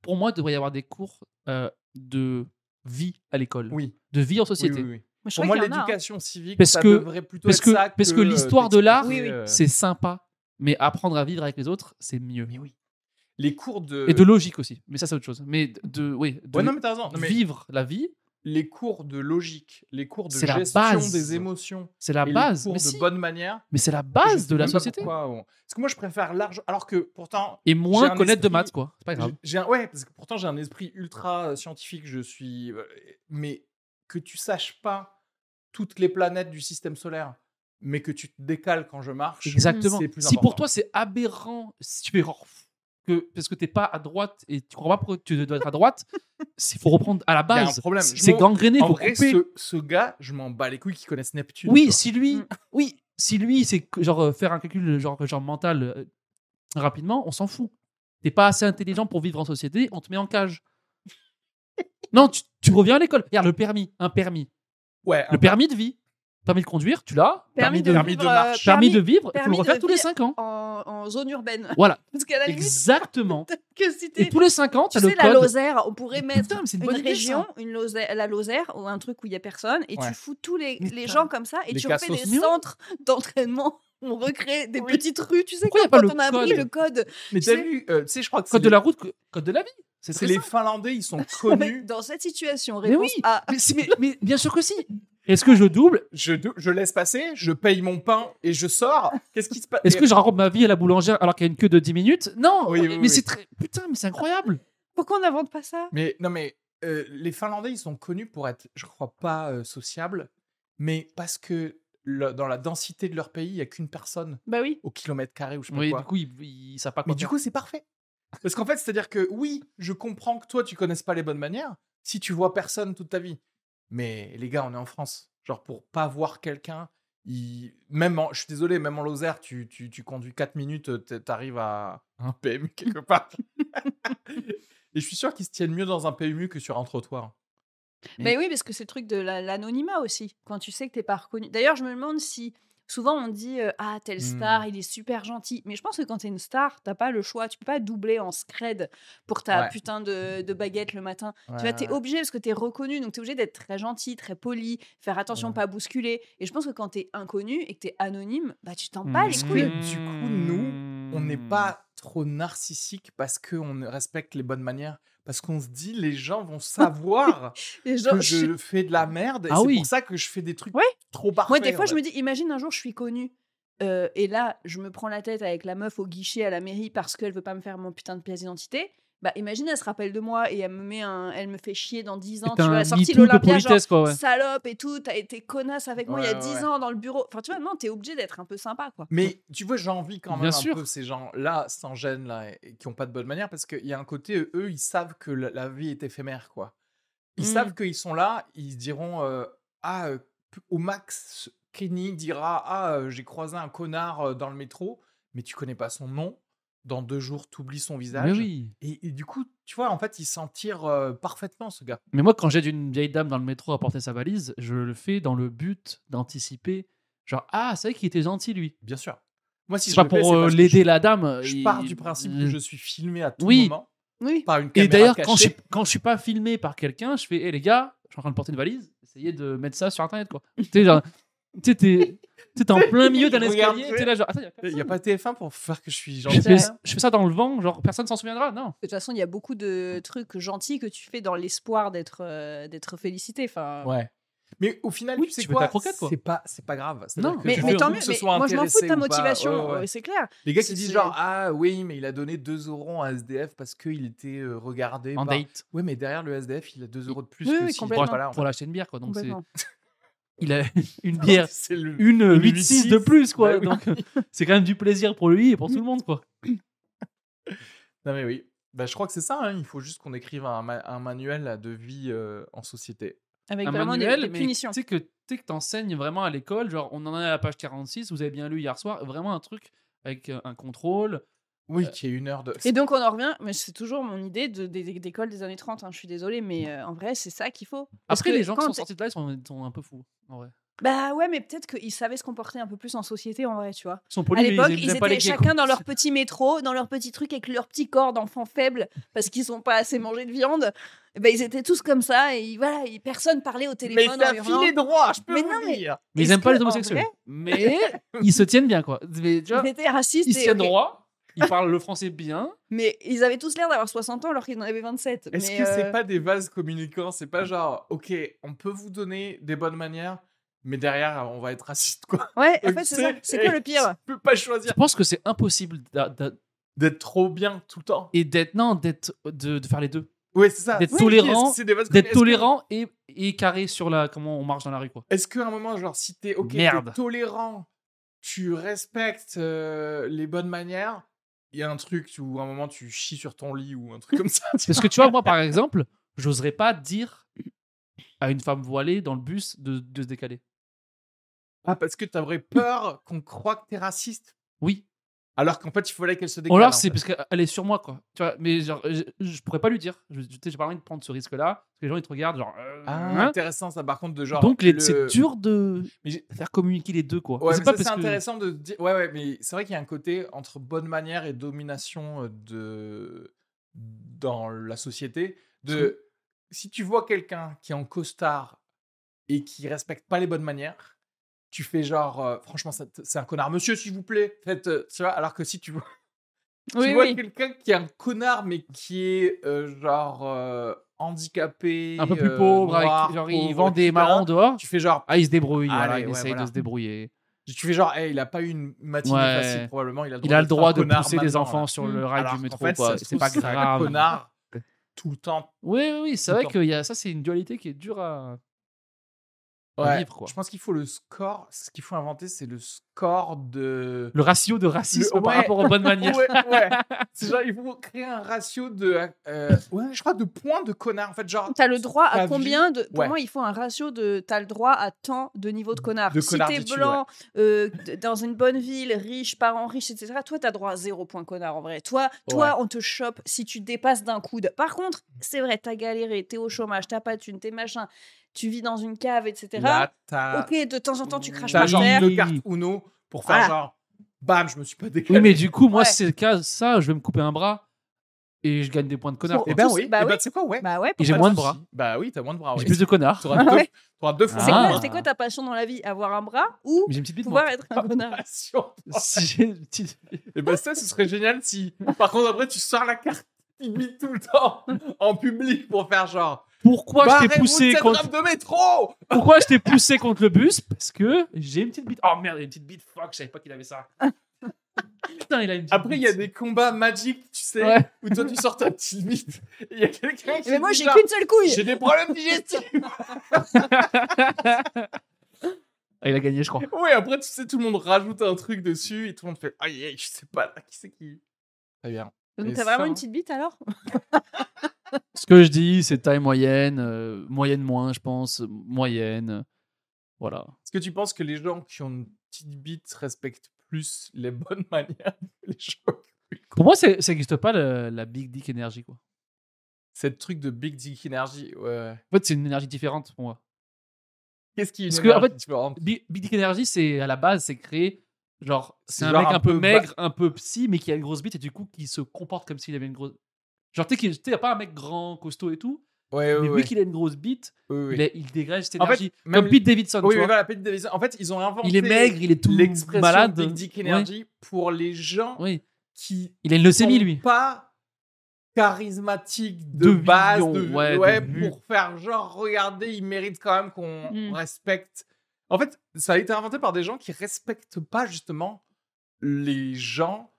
S3: pour moi, il devrait y avoir des cours euh, de vie à l'école,
S1: Oui,
S3: de vie en
S1: oui,
S3: société.
S1: oui, oui.
S2: Moi, je
S1: Pour
S2: crois
S1: moi,
S2: qu'il y en a, hein.
S1: l'éducation civique,
S3: Parce
S1: ça
S3: que-
S1: devrait plutôt
S3: parce
S1: être
S3: que-
S1: ça.
S3: parce que
S1: euh,
S3: l'histoire de l'art,
S1: t'expliquer,
S2: Oui, oui.
S1: euh,
S3: C'est sympa, mais apprendre à vivre avec les autres, c'est mieux.
S1: Mais oui. Euh, Les cours de.
S3: Et de logique aussi, mais ça c'est autre chose. Mais de, de- oui, de
S1: Ouais, non, mais t'as raison. Non, mais
S3: vivre la vie,
S1: les cours de logique, les cours de
S3: C'est la
S1: gestion
S3: base.
S1: des émotions,
S3: C'est la
S1: et
S3: base.
S1: les cours
S3: Mais,
S1: de
S3: si.
S1: bonne manière.
S3: mais c'est la
S1: je
S3: base
S1: sais
S3: de la
S1: même pas
S3: société.
S1: pourquoi on- Parce que moi, je préfère l'argent. Alors que pourtant,
S3: Et
S1: J'ai
S3: moins
S1: un
S3: connaître de
S1: esprit-
S3: maths, quoi. C'est pas grave.
S1: j'ai- j'ai un- ouais, parce que pourtant j'ai un esprit ultra euh, scientifique. Je suis, euh, mais que tu saches pas toutes les planètes du système solaire, mais que tu te décales quand je marche.
S3: Exactement.
S1: c'est plus
S3: Si pour
S1: important.
S3: toi c'est aberrant, si tu fais genre, que parce que t'es pas à droite et tu crois pas pourquoi tu dois être à droite, c'est faut reprendre à
S1: y
S3: la
S1: a un
S3: base.
S1: problème.
S3: C'est
S1: Je
S3: c'est
S1: m'en-
S3: gangréné,
S1: En
S3: faut
S1: vrai,
S3: couper.
S1: ce, ce gars, je m'en bats les couilles qui connaissent Neptune.
S3: Oui,
S1: quoi.
S3: si lui,
S1: Mm.
S3: oui, si lui, c'est que- genre euh, faire un calcul genre genre mental euh, rapidement, on s'en fout. T'es pas assez intelligent pour vivre en société, on te met en cage. non, tu, tu reviens à l'école. Regarde le permis, un permis,
S1: Ouais.
S3: le permis de vie, permis de conduire, tu l'as.
S2: Permis de
S1: permis de
S2: vivre, euh,
S1: marche.
S3: permis de vivre, il faut
S2: permis
S3: le
S2: de
S3: refaire tous les
S2: vivre.
S3: 5 ans.
S2: en, en zone urbaine.
S3: Voilà,
S2: Parce qu'à la limite,
S3: exactement.
S2: que si
S3: Et
S2: t'es.
S3: tous les 5 ans,
S2: Tu
S3: t'as
S2: sais,
S3: le
S2: la
S3: code.
S2: Lozère, on pourrait
S3: Mais
S2: mettre
S3: putain, mais c'est
S2: une,
S3: bonne idée,
S2: région,
S3: ça.
S2: une Lozère, la Lozère ou un truc où il y a personne, et
S1: Ouais.
S2: tu fous tous les,
S3: Mais
S2: les
S3: putain,
S2: gens comme ça, et
S1: les
S2: tu refais
S1: cassos.
S2: des
S3: Mais oui.
S2: centres d'entraînement. On recrée des
S1: Oui.
S2: petites rues, tu sais,
S3: Pourquoi y a
S2: comme
S3: pas
S2: quand
S3: le
S2: on a appris
S3: code
S2: le code
S1: Mais
S2: tu
S1: t'as
S2: sais-
S1: vu, euh, tu sais, je crois que c'est
S3: Code de
S1: les-
S3: la route, que- code de la vie. C'est
S1: c'est
S3: très
S1: les
S3: simple.
S1: Finlandais, ils sont connus.
S2: dans cette situation.
S3: Mais
S2: Réponse
S3: oui.
S2: A.
S1: Ah,
S3: Mais, si- mais- mais bien sûr que si. Est-ce que je double
S1: Je, dou- je laisse passer, je paye mon pain et je sors. Qu'est-ce qui se passe
S3: Est-ce que je raconte ma vie à la boulangère alors qu'il y a une queue de 10 minutes Non,
S1: Oui, oui,
S3: mais
S1: oui.
S3: c'est très. Putain, mais c'est incroyable.
S2: Pourquoi on n'invente pas ça
S1: Mais non, mais euh, les Finlandais, ils sont connus pour être, je crois, pas euh, sociables, mais parce que le- dans la densité de leur pays, il n'y a qu'une personne
S2: Bah oui.
S1: au kilomètre carré ou je sais pas
S3: Oui,
S1: quoi.
S3: du coup, ils il, savent pas quoi.
S1: mais du
S3: faire.
S1: coup, c'est parfait. Ah, bah Parce qu'en fait, c'est-à-dire que oui, je comprends que toi, tu connaisses pas les bonnes manières si tu vois personne toute ta vie. Mais les gars, on est en France. Genre, pour pas voir quelqu'un, il... même en... je suis désolé, même en Lozère, tu, tu, tu conduis 4 minutes, euh, t- t'arrives à un PMU quelque part. Et je suis sûr qu'ils se tiennent mieux dans un PMU que sur un trottoir.
S2: Mais Bah oui, parce que c'est le truc de la- l'anonymat aussi. Quand tu sais que t'es pas reconnu. D'ailleurs, je me demande si. Souvent, on dit euh, Ah,
S3: Hmm.
S2: tel star, il est super gentil. Mais je pense que quand t'es une star, t'as pas le choix. Tu peux pas doubler en scred pour ta
S1: Ouais.
S2: putain de, de baguette le matin. tu
S1: hein. Ouais,
S2: vois, t'es obligé parce que t'es reconnu. Donc, t'es obligé d'être très gentil, très poli, faire attention,
S1: Ouais.
S2: pas bousculer. Et je pense que quand t'es inconnu et que t'es anonyme, bah, tu t'en
S3: Mmh.
S2: bats les
S1: Mmh.
S2: couilles.
S1: Du coup, nous, on n'est pas trop narcissique parce qu'on respecte les bonnes manières. Parce qu'on se dit, les gens vont savoir
S2: Et
S1: que
S2: genre, je-
S1: Mmh. je fais de la merde. Et
S3: Ah
S1: c'est
S3: oui.
S1: pour ça que je fais des trucs
S2: Ouais.
S1: trop parfaits.
S2: Moi, des fois,
S1: en
S2: je
S1: fait.
S2: me dis, imagine un jour, je suis connue. euh, et là, je me prends la tête avec la meuf au guichet à la mairie parce qu'elle veut pas me faire mon putain de pièce d'identité. Bah, imagine, elle se rappelle de moi et elle me met un, elle me fait chier dans 10 ans.
S3: T'as
S2: Tu
S3: un
S2: vois, la sortie de
S3: MeToo de
S2: l'Olympia, genre
S3: politesse, quoi. ouais.
S2: salope et tout, t'as été connasse avec moi il y a
S1: Ouais,
S2: 10
S1: ouais,
S2: ans dans le bureau. Enfin, tu vois, non, t'es obligé d'être un peu sympa, quoi.
S1: Mais tu vois, j'ai envie quand même
S3: Mmh. Bien
S1: un
S3: sûr.
S1: peu ces gens-là, sans gêne, là, et- et qui n'ont pas de bonne manière, parce qu'il y a un côté, eux, ils savent que la, la vie est éphémère, quoi. Ils
S2: Mm.
S3: Mmh.
S1: savent qu'ils sont là, ils se diront, euh, ah, euh, p- au max, Kenny dira, ah, euh, j'ai croisé un connard euh, dans le métro, mais tu connais pas son nom. Dans deux jours, tu oublies son
S3: Mais
S1: visage.
S3: oui.
S1: et, et du coup, tu vois, en fait, il s'en tire euh, parfaitement, ce gars.
S3: Mais moi, quand j'aide une vieille dame dans le métro à porter sa valise, je le fais dans le but d'anticiper. Genre, ah, c'est vrai qu'il était gentil, lui.
S1: Bien sûr. Moi, si je
S3: C'est pas
S1: le fais,
S3: pour
S1: c'est
S3: euh,
S1: parce que
S3: l'aider
S1: je-
S3: la dame.
S1: Je
S3: il-
S1: pars du principe que je suis filmé à tout
S3: Oui.
S1: moment
S2: Oui.
S1: par une caméra
S3: Et d'ailleurs,
S1: cachée.
S3: quand je, suis- quand je suis pas filmé par quelqu'un, je fais, hé les gars, je suis en train de porter une valise, essayez de mettre ça sur internet, quoi. Tu sais, genre, tu sais, t'es tu sais, t'es en plein milieu d'un
S1: Regarde,
S3: escalier,
S1: tu
S3: t'es là, genre, attends, y a
S1: Il
S3: personne.
S1: n'y Euh, a pas TF1 pour faire que je suis
S3: je,
S1: gentil. hein.
S3: fais,
S1: là
S3: je fais ça dans le vent, genre, personne s'en souviendra, non.
S2: De toute façon, il y a beaucoup de trucs gentils que tu fais dans l'espoir d'être euh, d'être félicité. Enfin,
S1: Ouais. Mais au final,
S3: Oui,
S1: tu sais
S3: tu veux
S1: quoi,
S3: ta croquette, quoi.
S1: C'est pas, c'est pas grave.
S3: Non,
S1: C'est-à-dire que
S2: Mais,
S1: tu
S2: mais
S1: fais
S2: tant
S1: envie
S2: mieux,
S1: que ce
S2: mais
S1: soit
S2: moi je m'en fous
S1: intéressé
S2: de ta
S1: ou pas.
S2: motivation,
S1: Ouais, ouais, ouais.
S2: euh, c'est clair.
S1: Les gars qui
S2: C'est-
S1: disent
S2: c'est-
S1: genre ah oui mais il a donné 2 euros à un SDF parce qu'il était euh, regardé.
S3: En
S1: par-
S3: date,
S1: Ouais mais derrière le SDF il a 2 euros de plus
S2: Oui,
S1: que
S2: oui,
S1: s'il était
S2: complètement.
S1: pas là. en
S3: pour lâcher une bière, quoi. Donc, c'est,
S2: Complètement.
S3: il a une
S1: fait.
S3: bière,
S1: C'est le-
S3: une
S1: Une
S3: 8-6 de plus,
S1: Bah
S3: quoi.
S1: oui.
S3: Donc, euh, c'est quand même du plaisir pour lui et pour tout le monde, quoi.
S1: Non mais oui. Bah, je crois que c'est ça. hein. Il faut juste qu'on écrive un, ma- un manuel là, de vie euh, en société.
S2: Avec
S3: un
S2: vraiment des-
S3: manuel,
S2: des,
S3: mais
S2: punitions.
S3: Tu sais que tu sais que t'enseignes vraiment à l'école, genre, on en est à la page 46, vous avez bien lu hier soir, vraiment un truc avec euh, un contrôle.
S1: Oui qui est Euh, une heure de.
S2: Et donc on en revient, mais c'est toujours mon idée de, des- des- d'école des années 30, hein, je suis désolée, mais euh, en vrai c'est ça qu'il faut. Parce
S3: Après,
S2: que
S3: les gens qui
S2: quand
S3: sont
S2: t'es-
S3: sortis de là, ils sont, ils sont un peu fous, en vrai.
S2: Bah ouais, mais peut-être qu'ils savaient se comporter un peu plus en société en vrai, tu vois.
S3: Ils sont polis,
S2: à
S3: mais
S2: l'époque,
S3: aiment-
S2: ils
S3: aiment pas les
S2: étaient
S3: gays,
S2: chacun
S3: quoi.
S2: dans leur petit métro, dans leur petit truc avec leur petit corps d'enfant faible, parce qu'ils n'ont pas assez mangé de viande. Et ben, ils étaient tous comme ça, et voilà, et personne parlait au
S1: Mais
S2: téléphone en
S1: t'as
S2: hurlant.
S1: filé droit, je peux
S2: Mais
S1: vous
S2: non, mais-
S1: dire.
S3: Mais ils
S2: Est-ce
S3: aiment pas
S2: que,
S3: les
S2: en
S3: homosexuels.
S2: vrai,
S3: hein, Mais ils se tiennent bien, quoi. Mais, tu vois,
S2: Ils étaient racistes.
S3: ils se
S2: et-
S3: tiennent
S2: ok.
S3: droit. Ils parlent le français bien.
S2: Mais ils avaient tous l'air d'avoir 60 ans alors qu'ils en avaient 27.
S1: Est-ce
S2: mais,
S1: que c'est
S2: euh,
S1: pas des vases communicants C'est pas genre, ok, on peut vous donner des bonnes manières, mais derrière, on va être raciste, quoi.
S2: Ouais, en
S1: Donc,
S2: fait,
S1: tu
S2: c'est ça.
S1: sais,
S2: C'est quoi le pire
S1: Tu peux pas
S3: Je
S1: choisir
S3: pense que c'est impossible d'a- d'a-
S1: d'être trop bien tout le temps.
S3: et d'être non d'être de, de faire les deux,
S1: Ouais, c'est ça.
S3: D'être
S1: Oui,
S3: tolérant,
S1: est-ce que c'est des vases
S3: d'être
S1: communicants
S3: tolérant et, et carré sur la comment on marche dans la rue quoi.
S1: Est-ce qu'à un moment, genre, si t'es ok, t'es
S3: Merde.
S1: tolérant, tu respectes euh, les bonnes manières, il y a un truc où à un moment tu chies sur ton lit ou un truc comme ça. tu
S3: Parce que tu vois moi par exemple, j'oserais pas dire à une femme voilée dans le bus de, de se décaler.
S1: vois. Ah, parce que t'aurais peur qu'on croie que t'es raciste,
S3: Oui.
S1: alors qu'en fait, il fallait qu'elle se
S3: Ou
S1: décale.
S3: alors
S1: en
S3: c'est
S1: fait.
S3: parce qu'elle est sur moi quoi. Tu vois, mais genre je, je pourrais pas lui dire. Je- tu sais, J'ai pas envie de prendre ce risque là. Parce que les gens ils te regardent genre. euh,
S1: Ah,
S3: hein.
S1: intéressant ça, par contre, de genre.
S3: Donc les-
S1: le-
S3: c'est dur de
S1: Mais j'ai-
S3: faire communiquer les deux quoi.
S1: Ouais,
S3: c'est
S1: mais
S3: pas
S1: ça, c'est
S3: parce que-
S1: intéressant de dire. Ouais, ouais, mais c'est vrai qu'il y a un côté entre bonne manière et domination euh, de dans la société. De si tu vois quelqu'un qui est en costard et qui respecte pas les bonnes manières, tu fais genre euh, franchement ça te- c'est un connard, monsieur s'il vous plaît, faites euh, tu vois. Alors que si tu vois, tu
S2: Oui,
S1: vois
S2: oui.
S1: quelqu'un qui est un connard mais qui est euh, genre euh, handicapé,
S3: un peu plus
S1: euh,
S3: pauvre, avec-
S1: noir,
S3: genre ils
S1: pauvre,
S3: vendent des
S1: etc.,
S3: marrons dehors.
S1: Tu fais genre
S3: Ah, il se débrouille,
S1: Allez,
S3: voilà, il
S1: ouais,
S3: essaye
S1: voilà.
S3: de se débrouiller.
S1: Tu fais genre, hey, il a pas eu une matinée
S3: Ouais.
S1: facile, probablement. Il a le droit,
S3: Il a le
S1: d'être un
S3: droit de
S1: connard
S3: pousser des
S1: maintenant,
S3: enfants
S1: là. Mmh.
S3: sur
S2: Mm.
S3: le rail
S1: Alors
S3: du
S1: qu'en
S3: métro,
S1: fait, ça
S3: quoi.
S1: se
S3: C'est pas
S1: trouve, un
S3: grave.
S1: connard tout le temps.
S3: Oui, oui, oui, c'est
S1: Tout
S3: vrai
S1: le
S3: qu'il y a ça, c'est une dualité qui est dure à, à
S1: Ouais.
S3: vivre, quoi.
S1: Je pense qu'il faut le score. Ce qu'il faut inventer, c'est le score de.
S3: Le ratio de racisme
S1: Le-
S3: par
S1: ouais.
S3: rapport aux bonnes
S1: Ouais,
S3: manières.
S1: ouais. C'est genre, il faut créer un ratio de. euh, ouais, je crois, de points de connard. En fait, genre.
S2: T'as le droit
S1: ta
S2: à
S1: vie-
S2: combien de. Pour
S1: Ouais.
S2: moi, il faut un ratio de. T'as le droit à tant de niveaux de connard.
S1: De
S2: si t'es
S1: connarditude,
S2: blanc, euh, d- dans une bonne ville, riche, parents riches, etc., toi, t'as droit à zéro point connard en vrai. Toi, toi on te chope si tu dépasses d'un coude. Par contre, c'est vrai, t'as galéré, t'es au chômage, t'as pas de thune, t'es machin, tu vis dans une cave, etc.
S1: Là, Bah, t'as.
S2: ok, de temps en temps, tu craches
S1: T'as
S2: par
S1: genre
S2: terre.
S1: deux cartes Uno pour faire
S2: Voilà.
S1: genre. Bam, je me suis pas décalé.
S3: Oui, mais du coup, moi,
S2: Ouais.
S3: si c'est le cas, ça, je vais me couper un bras et je gagne des points de connard.
S2: Pour-
S3: quoi.
S1: Eh ben
S2: tous-
S1: oui.
S2: bah
S1: eh ben,
S2: oui.
S1: tu sais quoi, ouais.
S2: Bah ouais,
S3: Et j'ai
S1: Pas de
S3: moins de
S1: souci.
S3: bras.
S1: Bah oui, t'as moins de bras.
S3: J'ai
S1: ouais.
S3: plus de connards.
S1: T'auras deux,
S2: Ouais.
S1: t'auras deux fois.
S2: C'est
S3: Ah.
S2: quoi, c'est quoi ta passion dans la vie Avoir un bras ou
S3: Mais j'ai une petite bite, moi.
S2: pouvoir être un connard
S3: Si j'ai une petite-
S1: Et ben ça, ce serait génial si. Par contre, après, tu sors la carte limite tout le temps en public pour faire genre.
S3: Pourquoi je t'ai
S1: Barrez-vous de
S3: poussé
S1: cette
S3: contre
S1: rame de métro
S3: Pourquoi je t'ai poussé contre le bus Parce que j'ai une petite bite. Oh merde, il a une petite bite. Fuck, je savais pas qu'il avait ça. Putain, il a une petite
S1: Après, il y a
S3: bite.
S1: des combats magiques, tu sais,
S3: Ouais.
S1: où toi tu sors ta petite bite. et Il y a quelqu'un qui.
S2: Mais Eh ben, moi,
S1: dit
S2: j'ai
S1: genre,
S2: qu'une seule couille
S1: J'ai des problèmes digestifs.
S3: Ah, il a gagné, je crois.
S1: ouais, après, tu sais, tout le monde rajoute un truc dessus et tout le monde fait. Aïe, aïe, je sais pas là, qui c'est qui. Très bien. Et
S2: Donc
S1: ça,
S2: t'as vraiment
S1: hein.
S2: une petite bite alors
S3: Ce que je dis, c'est taille moyenne, euh, moyenne moins, je pense, euh, moyenne. euh, Voilà.
S1: Est-ce que tu penses que les gens qui ont une petite bite respectent plus les bonnes manières que les gens
S3: Pour moi, c'est- ça n'existe pas le- la big dick énergie. Quoi.
S1: Cette truc de Big Dick Energy, ouais.
S3: En fait, c'est une énergie différente pour moi.
S1: Qu'est-ce qui est une
S3: Parce que, en
S1: énergie
S3: fait,
S1: différente
S3: Big, big dick énergie, c'est à la base, c'est créé. Genre, c'est un
S1: Genre
S3: mec un,
S1: un
S3: peu,
S1: peu
S3: maigre, un peu psy, mais qui a une grosse bite et du coup qui se comporte comme s'il avait une grosse. Genre, tu sais, qu'il- tu sais, il n'y a pas un mec grand, costaud et tout,
S1: Ouais,
S3: mais
S1: ouais,
S3: vu
S1: ouais.
S3: qu'il a une grosse bite,
S1: Oui, oui.
S3: il, a- il dégrège cette
S1: En fait,
S3: énergie.
S1: même
S3: comme Pete Davidson,
S1: Oui,
S3: tu
S1: mais
S3: vois.
S1: voilà, Pete Davidson. En fait, ils ont inventé
S3: Il est maigre, il est tout
S1: l'expression
S3: malade.
S1: Big Dick
S3: Ouais,
S1: Energy pour les gens
S3: oui.
S1: qui
S3: Il a une leucémie,
S1: sont
S3: lui.
S1: pas charismatiques de,
S3: De
S1: base,
S3: vision,
S1: de,
S3: ouais, de vue.
S1: pour faire genre, regardez, ils méritent quand même qu'on
S2: Mm.
S1: respecte. En fait, ça a été inventé par des gens qui respectent pas justement les gens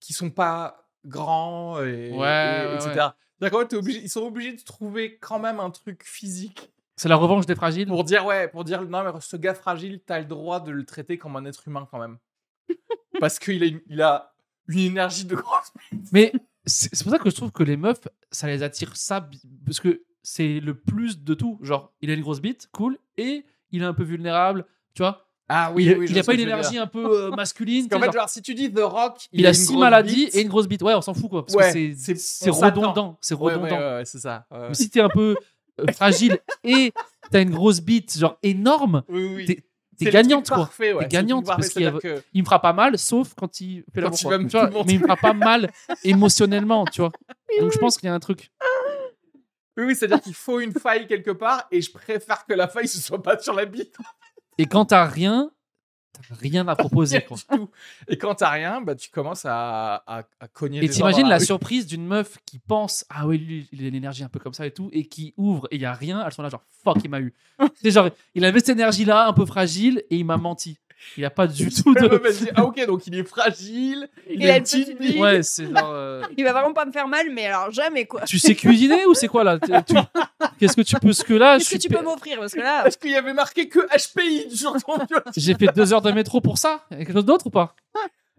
S1: qui sont pas grands et,
S3: Ouais,
S1: et-
S3: ouais,
S1: etc.
S3: ouais.
S1: C'est-à-dire qu'en fait, t'es obligé- ils sont obligés de trouver quand même un truc physique
S3: C'est la revanche des fragiles.
S1: pour dire ouais pour dire non mais ce gars fragile t'as le droit de le traiter comme un être humain quand même parce qu'il a une, il a une énergie de grosse
S3: Mais c'est c'est pour ça que je trouve que les meufs, ça les attire ça, bi- parce que c'est le plus de tout. Genre, il a une grosse bite, cool, et il est un peu vulnérable, tu vois.
S1: ah
S3: il il a pas une énergie un peu euh, masculine.
S1: en
S3: tu sais,
S1: fait
S3: genre,
S1: genre si tu dis The Rock il,
S3: il a
S1: une
S3: six
S1: grosse
S3: maladies
S1: bite,
S3: et une grosse bite. Ouais, on s'en fout, quoi. Parce
S1: Ouais,
S3: que
S1: c'est-
S3: c'est- c'est
S1: on s'attend.
S3: redondant. C'est
S1: Ouais, ouais,
S3: redondant.
S1: ouais, ouais, c'est ça ouais, ouais.
S3: Mais si t'es un peu euh, fragile et t'as une grosse bite, genre énorme,
S1: oui oui, oui.
S3: t'es-
S1: C'est
S3: t'es
S1: le
S3: gagnante,
S1: truc
S3: quoi.
S1: parfait, ouais. C'est le truc
S3: gagnante,
S1: parfait,
S3: parce qu'il y a-
S1: c'est-à-dire que-
S3: il me fera pas mal, sauf quand il fait l'amour.
S1: il
S3: quoi.
S1: va me
S3: Tu vois,
S1: tout
S3: Mais il me fera pas mal émotionnellement, tu vois. Donc je pense qu'il y a un truc.
S1: oui oui c'est à dire qu'il faut une faille quelque part et je préfère que la faille ce soit pas sur la bite
S3: Et quand t'as rien, T'as rien à proposer. quoi.
S1: du tout. Et quand t'as rien, bah, tu commences à, à, à cogner des
S3: Et
S1: gens dans
S3: t'imagines la
S1: rue.
S3: surprise d'une meuf qui pense Ah oui, lui, il a une énergie un peu comme ça et tout, et qui ouvre et il y a rien. Elles sont là, genre Fuck, il m'a eu. C'est genre, il avait cette énergie-là, un peu fragile, et il m'a menti. Il a pas du tout
S1: La
S3: de.
S1: meuf, elle se dit, Ah, ok, donc il est fragile.
S2: Il a
S1: est
S2: une petite bite.
S3: Ouais, c'est genre. euh,
S2: Il va vraiment pas me faire mal, mais alors jamais quoi.
S3: Tu sais cuisiner ou c'est quoi là Tu- tu- Qu'est-ce que tu peux ce que là
S2: Qu'est-ce
S3: je
S2: que tu
S3: suis pa-
S2: peux m'offrir Parce que là,
S1: Parce qu'il y avait marqué que HPI sur ton violon.
S3: J'ai fait deux heures de métro pour ça. Y a quelque chose d'autre ou pas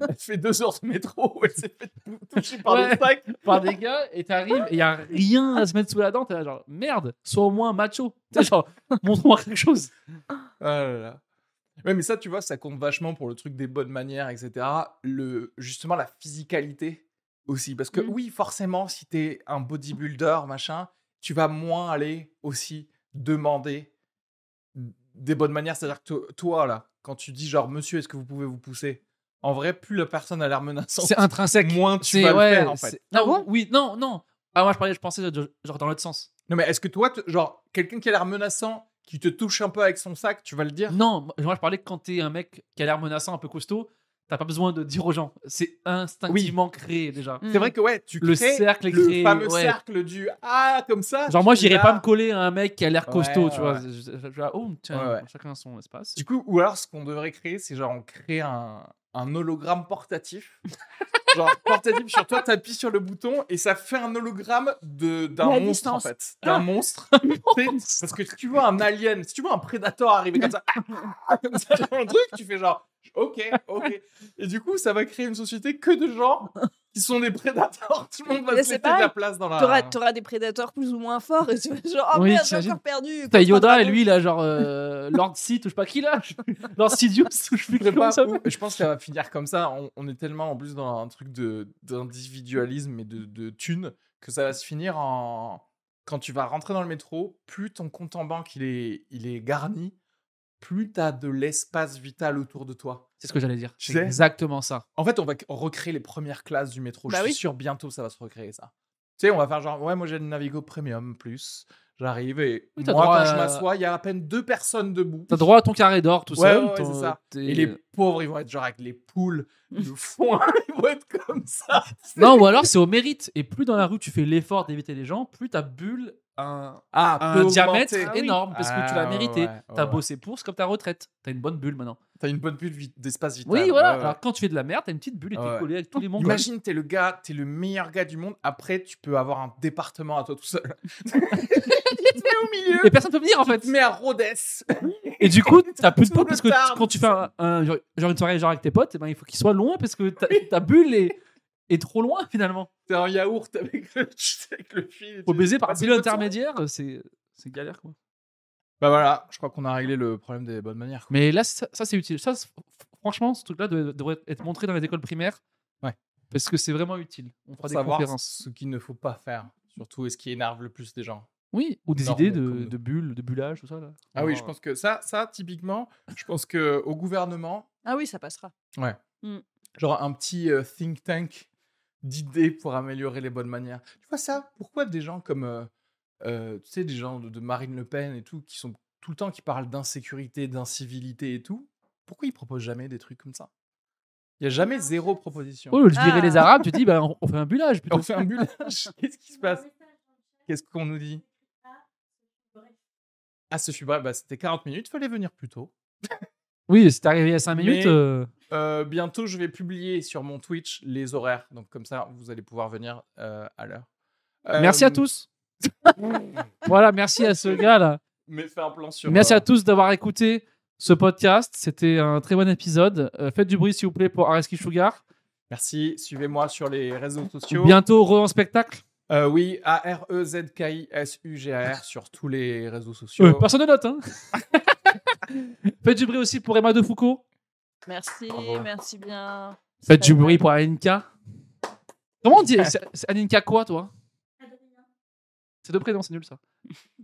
S1: Elle fait deux heures de métro où elle s'est fait tou- toucher par
S3: Ouais.
S1: le sac.
S3: Par des gars et t'arrives et y a rien à se mettre sous la dent. T'es là, genre merde, sois au moins macho. T'es genre montre-moi quelque chose.
S1: Ah là là. Ouais, mais ça, tu vois, ça compte vachement pour le truc des bonnes manières, etc. Le, justement, la physicalité aussi. Parce que
S3: Mmh.
S2: Mhm.
S1: oui, forcément, si t'es un bodybuilder, machin, tu vas moins aller aussi demander des bonnes manières. C'est-à-dire que to- toi, là, quand tu dis genre, monsieur, est-ce que vous pouvez vous pousser En vrai, plus la personne a l'air menaçante,
S3: C'est intrinsèque.
S1: moins tu
S3: C'est
S1: vas
S3: ouais.
S1: le faire, en fait.
S3: c'est- Non,
S2: Ah bon
S3: oui, non, non. Ah moi je parlais, je pensais de- genre dans l'autre sens.
S1: Non, mais est-ce que toi, t- genre, quelqu'un qui a l'air menaçant, qui te touche un peu avec son sac, tu vas le dire
S3: Non, moi moi, je parlais que quand t'es un mec qui a l'air menaçant, un peu costaud, t'as pas besoin de dire aux gens. C'est instinctivement créé déjà.
S2: Mm.
S1: C'est vrai que ouais, tu
S3: Le
S1: crées
S3: cercle est
S1: le
S3: créé,
S1: fameux
S3: ouais.
S1: cercle du ah comme ça.
S3: Genre moi
S1: tu
S3: j'irais
S1: vas.
S3: pas me coller à un mec qui a l'air
S1: Ouais,
S3: costaud,
S1: ouais,
S3: tu vois.
S1: ouais.
S3: Je- je- je- je- oh tiens,
S1: Ouais, ouais.
S3: chacun son espace.
S1: Du coup, ou alors ce qu'on devrait créer, c'est genre on crée un, un hologramme portatif. genre portatif sur toi, t'appuies sur le bouton et ça fait un hologramme de d'un
S2: Mais à
S1: monstre en
S2: distance.
S1: fait, d'un monstre. Tu sais, Parce que si tu vois un alien, si tu vois un prédateur arriver comme ça, comme ça dans le truc, tu fais genre ok, ok. Et du coup, ça va créer une société que de gens qui sont des prédateurs. Tout le monde va
S2: Mais
S1: se
S2: c'est
S1: laisser de la
S2: pareil.
S1: place dans la.
S2: t'auras t'auras des prédateurs plus ou moins forts et tu vas genre oh
S3: Ah. Oui,
S2: merde j'ai
S3: t'imagines.
S2: encore perdu.
S3: T'as
S2: contre un
S3: Yoda et
S2: dragon.
S3: lui, il a genre euh, Lord Sith, ou je sais pas qui là. Lord Sidious, ou je sais plus
S1: Je sais
S3: comment
S1: pas
S3: il s'appelle.
S1: où- je pense que ça va finir comme ça. On, on est tellement en plus dans un truc de d'individualisme et de, de thunes que ça va se finir en quand tu vas rentrer dans le métro, plus ton compte en banque il est il est garni, plus t'as de l'espace vital autour de toi.
S3: C'est ce que j'allais dire. C'est
S1: C'est-
S3: exactement ça.
S1: En fait, on va recréer les premières classes du métro.
S2: Bah
S1: je suis
S2: oui.
S1: sûr bientôt ça va se recréer ça. Tu sais, on va faire genre ouais, moi j'ai le Navigo Premium plus. J'arrive et
S3: Oui, t'as
S1: moi
S3: droit
S1: quand je
S3: à-
S1: m'assois, il y a à peine deux personnes debout.
S3: T'as droit à ton carré d'or, tout
S1: Ouais,
S3: seul.
S1: ouais, ouais,
S3: ton-
S1: c'est ça.
S3: t'es-
S1: Et les pauvres, ils vont être genre avec les poules, le foin, ils vont être comme ça.
S3: Non, ou alors c'est au mérite. Et plus dans la rue tu fais l'effort d'éviter les gens, plus ta bulle a un,
S1: Ah,
S3: un
S1: peut augmenter.
S3: diamètre
S2: Ah oui.
S3: énorme parce que tu l'as
S1: Ah,
S3: mérité.
S1: ouais, ouais,
S3: t'as
S1: ouais.
S3: bossé pour, c'est comme ta retraite. T'as une bonne bulle maintenant.
S1: T'as une bonne bulle vit- d'espace vital.
S3: Oui, voilà.
S1: ouais, ouais.
S3: Alors quand tu fais de la merde, t'as une petite bulle et t'es
S1: Ouais.
S3: collé avec tous les mongols.
S1: Imagine, t'es le gars, t'es le meilleur gars du monde. Après, tu peux avoir un département à toi tout seul. tu te mets au milieu.
S3: Et personne peut venir en fait.
S1: Tu te mets à Rhodes.
S3: Et du coup, t'as plus de
S1: Tout
S3: potes
S1: le
S3: parce que tu-
S1: tard.
S3: quand tu fais un, un- genre genre une soirée genre avec tes potes, eh ben, il faut qu'ils soient loin parce que ta, ta bulle est, est trop loin finalement.
S1: T'es en yaourt avec le, avec le fil. et
S3: Faut
S1: tu-
S3: baiser par
S1: Parce
S3: bulle
S1: que-
S3: intermédiaire, c'est c'est galère quoi.
S1: Bah voilà, je crois qu'on a réglé le problème des bonnes manières.
S3: Mais là, ça, ça, c'est utile. Ça, c'est- franchement, ce truc-là devrait- devrait être montré dans les écoles primaires.
S1: Ouais.
S3: Parce que c'est vraiment utile. On fera
S1: Pour
S3: des
S1: savoir
S3: conférences.
S1: ce qu'il ne faut pas faire, surtout, et ce qui énerve le plus les gens.
S3: Oui, ou des
S1: Normes
S3: idées
S1: comme
S3: de,
S1: nous.
S3: de bulles, de bullage, tout ça. Là.
S1: Ah oui, je pense que ça, ça typiquement, je pense que au gouvernement,
S2: Ah oui ça passera.
S1: genre un petit euh, think tank d'idées pour améliorer les bonnes manières. Tu vois ça Pourquoi des gens comme, euh, euh, tu sais, des gens de, de Marine Le Pen et tout, qui sont tout le temps qui parlent d'insécurité, d'incivilité et tout, pourquoi ils proposent jamais des trucs comme ça Il y a jamais zéro proposition.
S3: Oh, je dirais
S2: Ah.
S3: les Arabes, tu dis, bah, on, on fait un bullage plutôt.
S1: On fait un bullage. Qu'est-ce qui se passe Qu'est-ce qu'on nous dit Ah, ce fut bref. Bah, c'était 40 minutes. Fallait venir plus tôt.
S3: Oui, c'est arrivé à 5 minutes.
S1: Mais-
S3: euh,
S1: Euh, bientôt, je vais publier sur mon Twitch les horaires. Donc, comme ça, vous allez pouvoir venir euh, à l'heure. Euh,
S3: Merci à tous. voilà, merci à ce gars-là.
S1: Mais fais un plan sur.
S3: Merci
S1: euh,
S3: à tous d'avoir écouté ce podcast. C'était un très bon épisode. Euh, faites du bruit, s'il vous plaît, pour Areski Sugar.
S1: Merci. Suivez-moi sur les réseaux sociaux.
S3: Bientôt, re en spectacle.
S1: Euh, oui, A-R-E-Z-K-I-S-U-G-A-R sur tous les réseaux sociaux.
S3: Euh, personne ne note. Hein. faites du bruit aussi pour Emma de Foucault.
S2: Merci
S1: Bravo.
S2: merci bien.
S3: Faites du
S2: Salut.
S3: bruit pour Aninka. Comment on dit
S1: Ah.
S3: c'est- c'est Aninka quoi, toi C'est deux prénoms, c'est nul ça.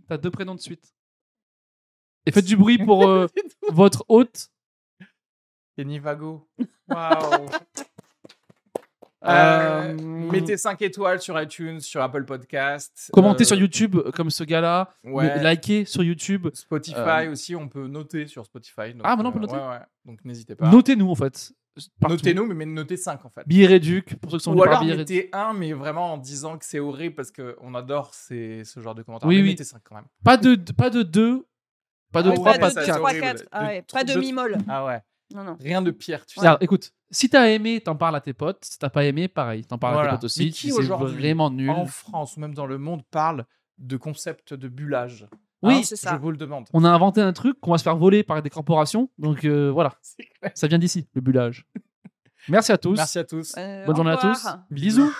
S3: T'as deux prénoms de suite. Et faites du bruit pour euh, votre hôte.
S1: Kenny Vago. Waouh. Euh,
S3: Euh,
S1: Mettez 5 étoiles sur iTunes, sur Apple Podcast.
S3: Commentez
S1: euh,
S3: sur YouTube euh, comme ce gars-là.
S1: ouais.
S3: Mais Likez sur YouTube.
S1: Spotify aussi, on peut noter sur Spotify. donc,
S3: Euh,
S1: euh,
S3: Ah, maintenant, on peut noter
S1: ouais, ouais. Donc n'hésitez pas.
S3: Notez-nous en fait. Partout.
S1: Notez-nous, mais mais notez 5 en fait.
S3: Billet réduc pour ceux qui sont
S1: Ou
S3: venus par
S1: alors
S3: billet réduc.
S1: mettez 1, mais vraiment en disant que c'est horrible parce qu'on adore ces, ce genre de commentaires.
S3: Oui,
S1: mais
S3: oui.
S1: mettez 5 quand même.
S3: Pas de pas de deux, pas de
S1: Ah oui,
S3: trois,
S1: pas
S3: pas
S1: de
S3: de
S1: trois.
S2: Trois,
S3: quatre.
S1: horrible.
S2: quatre. Ah
S1: De-
S2: ouais, Pas
S1: de-
S2: de mi-molle.
S1: Ah ouais.
S2: Non, non.
S1: Rien de pire, tu sais.
S3: Alors, écoute, si t'as aimé, t'en parles à tes potes. Si t'as pas aimé, pareil, t'en parles à
S1: Voilà.
S3: tes potes aussi.
S1: Mais qui
S3: Si c'est
S1: aujourd'hui,
S3: vraiment nul.
S1: En France ou même dans le monde, parle de concept de bullage.
S3: Oui,
S1: Hein
S2: c'est ça.
S1: Je vous le demande.
S3: On a inventé un truc qu'on va se faire voler par des corporations. Donc euh, voilà,
S1: C'est clair.
S3: ça vient d'ici, le bullage. Merci à tous.
S1: Merci à tous.
S2: Euh,
S3: Bonne
S2: au
S3: journée à
S2: revoir.
S3: tous. Bisous.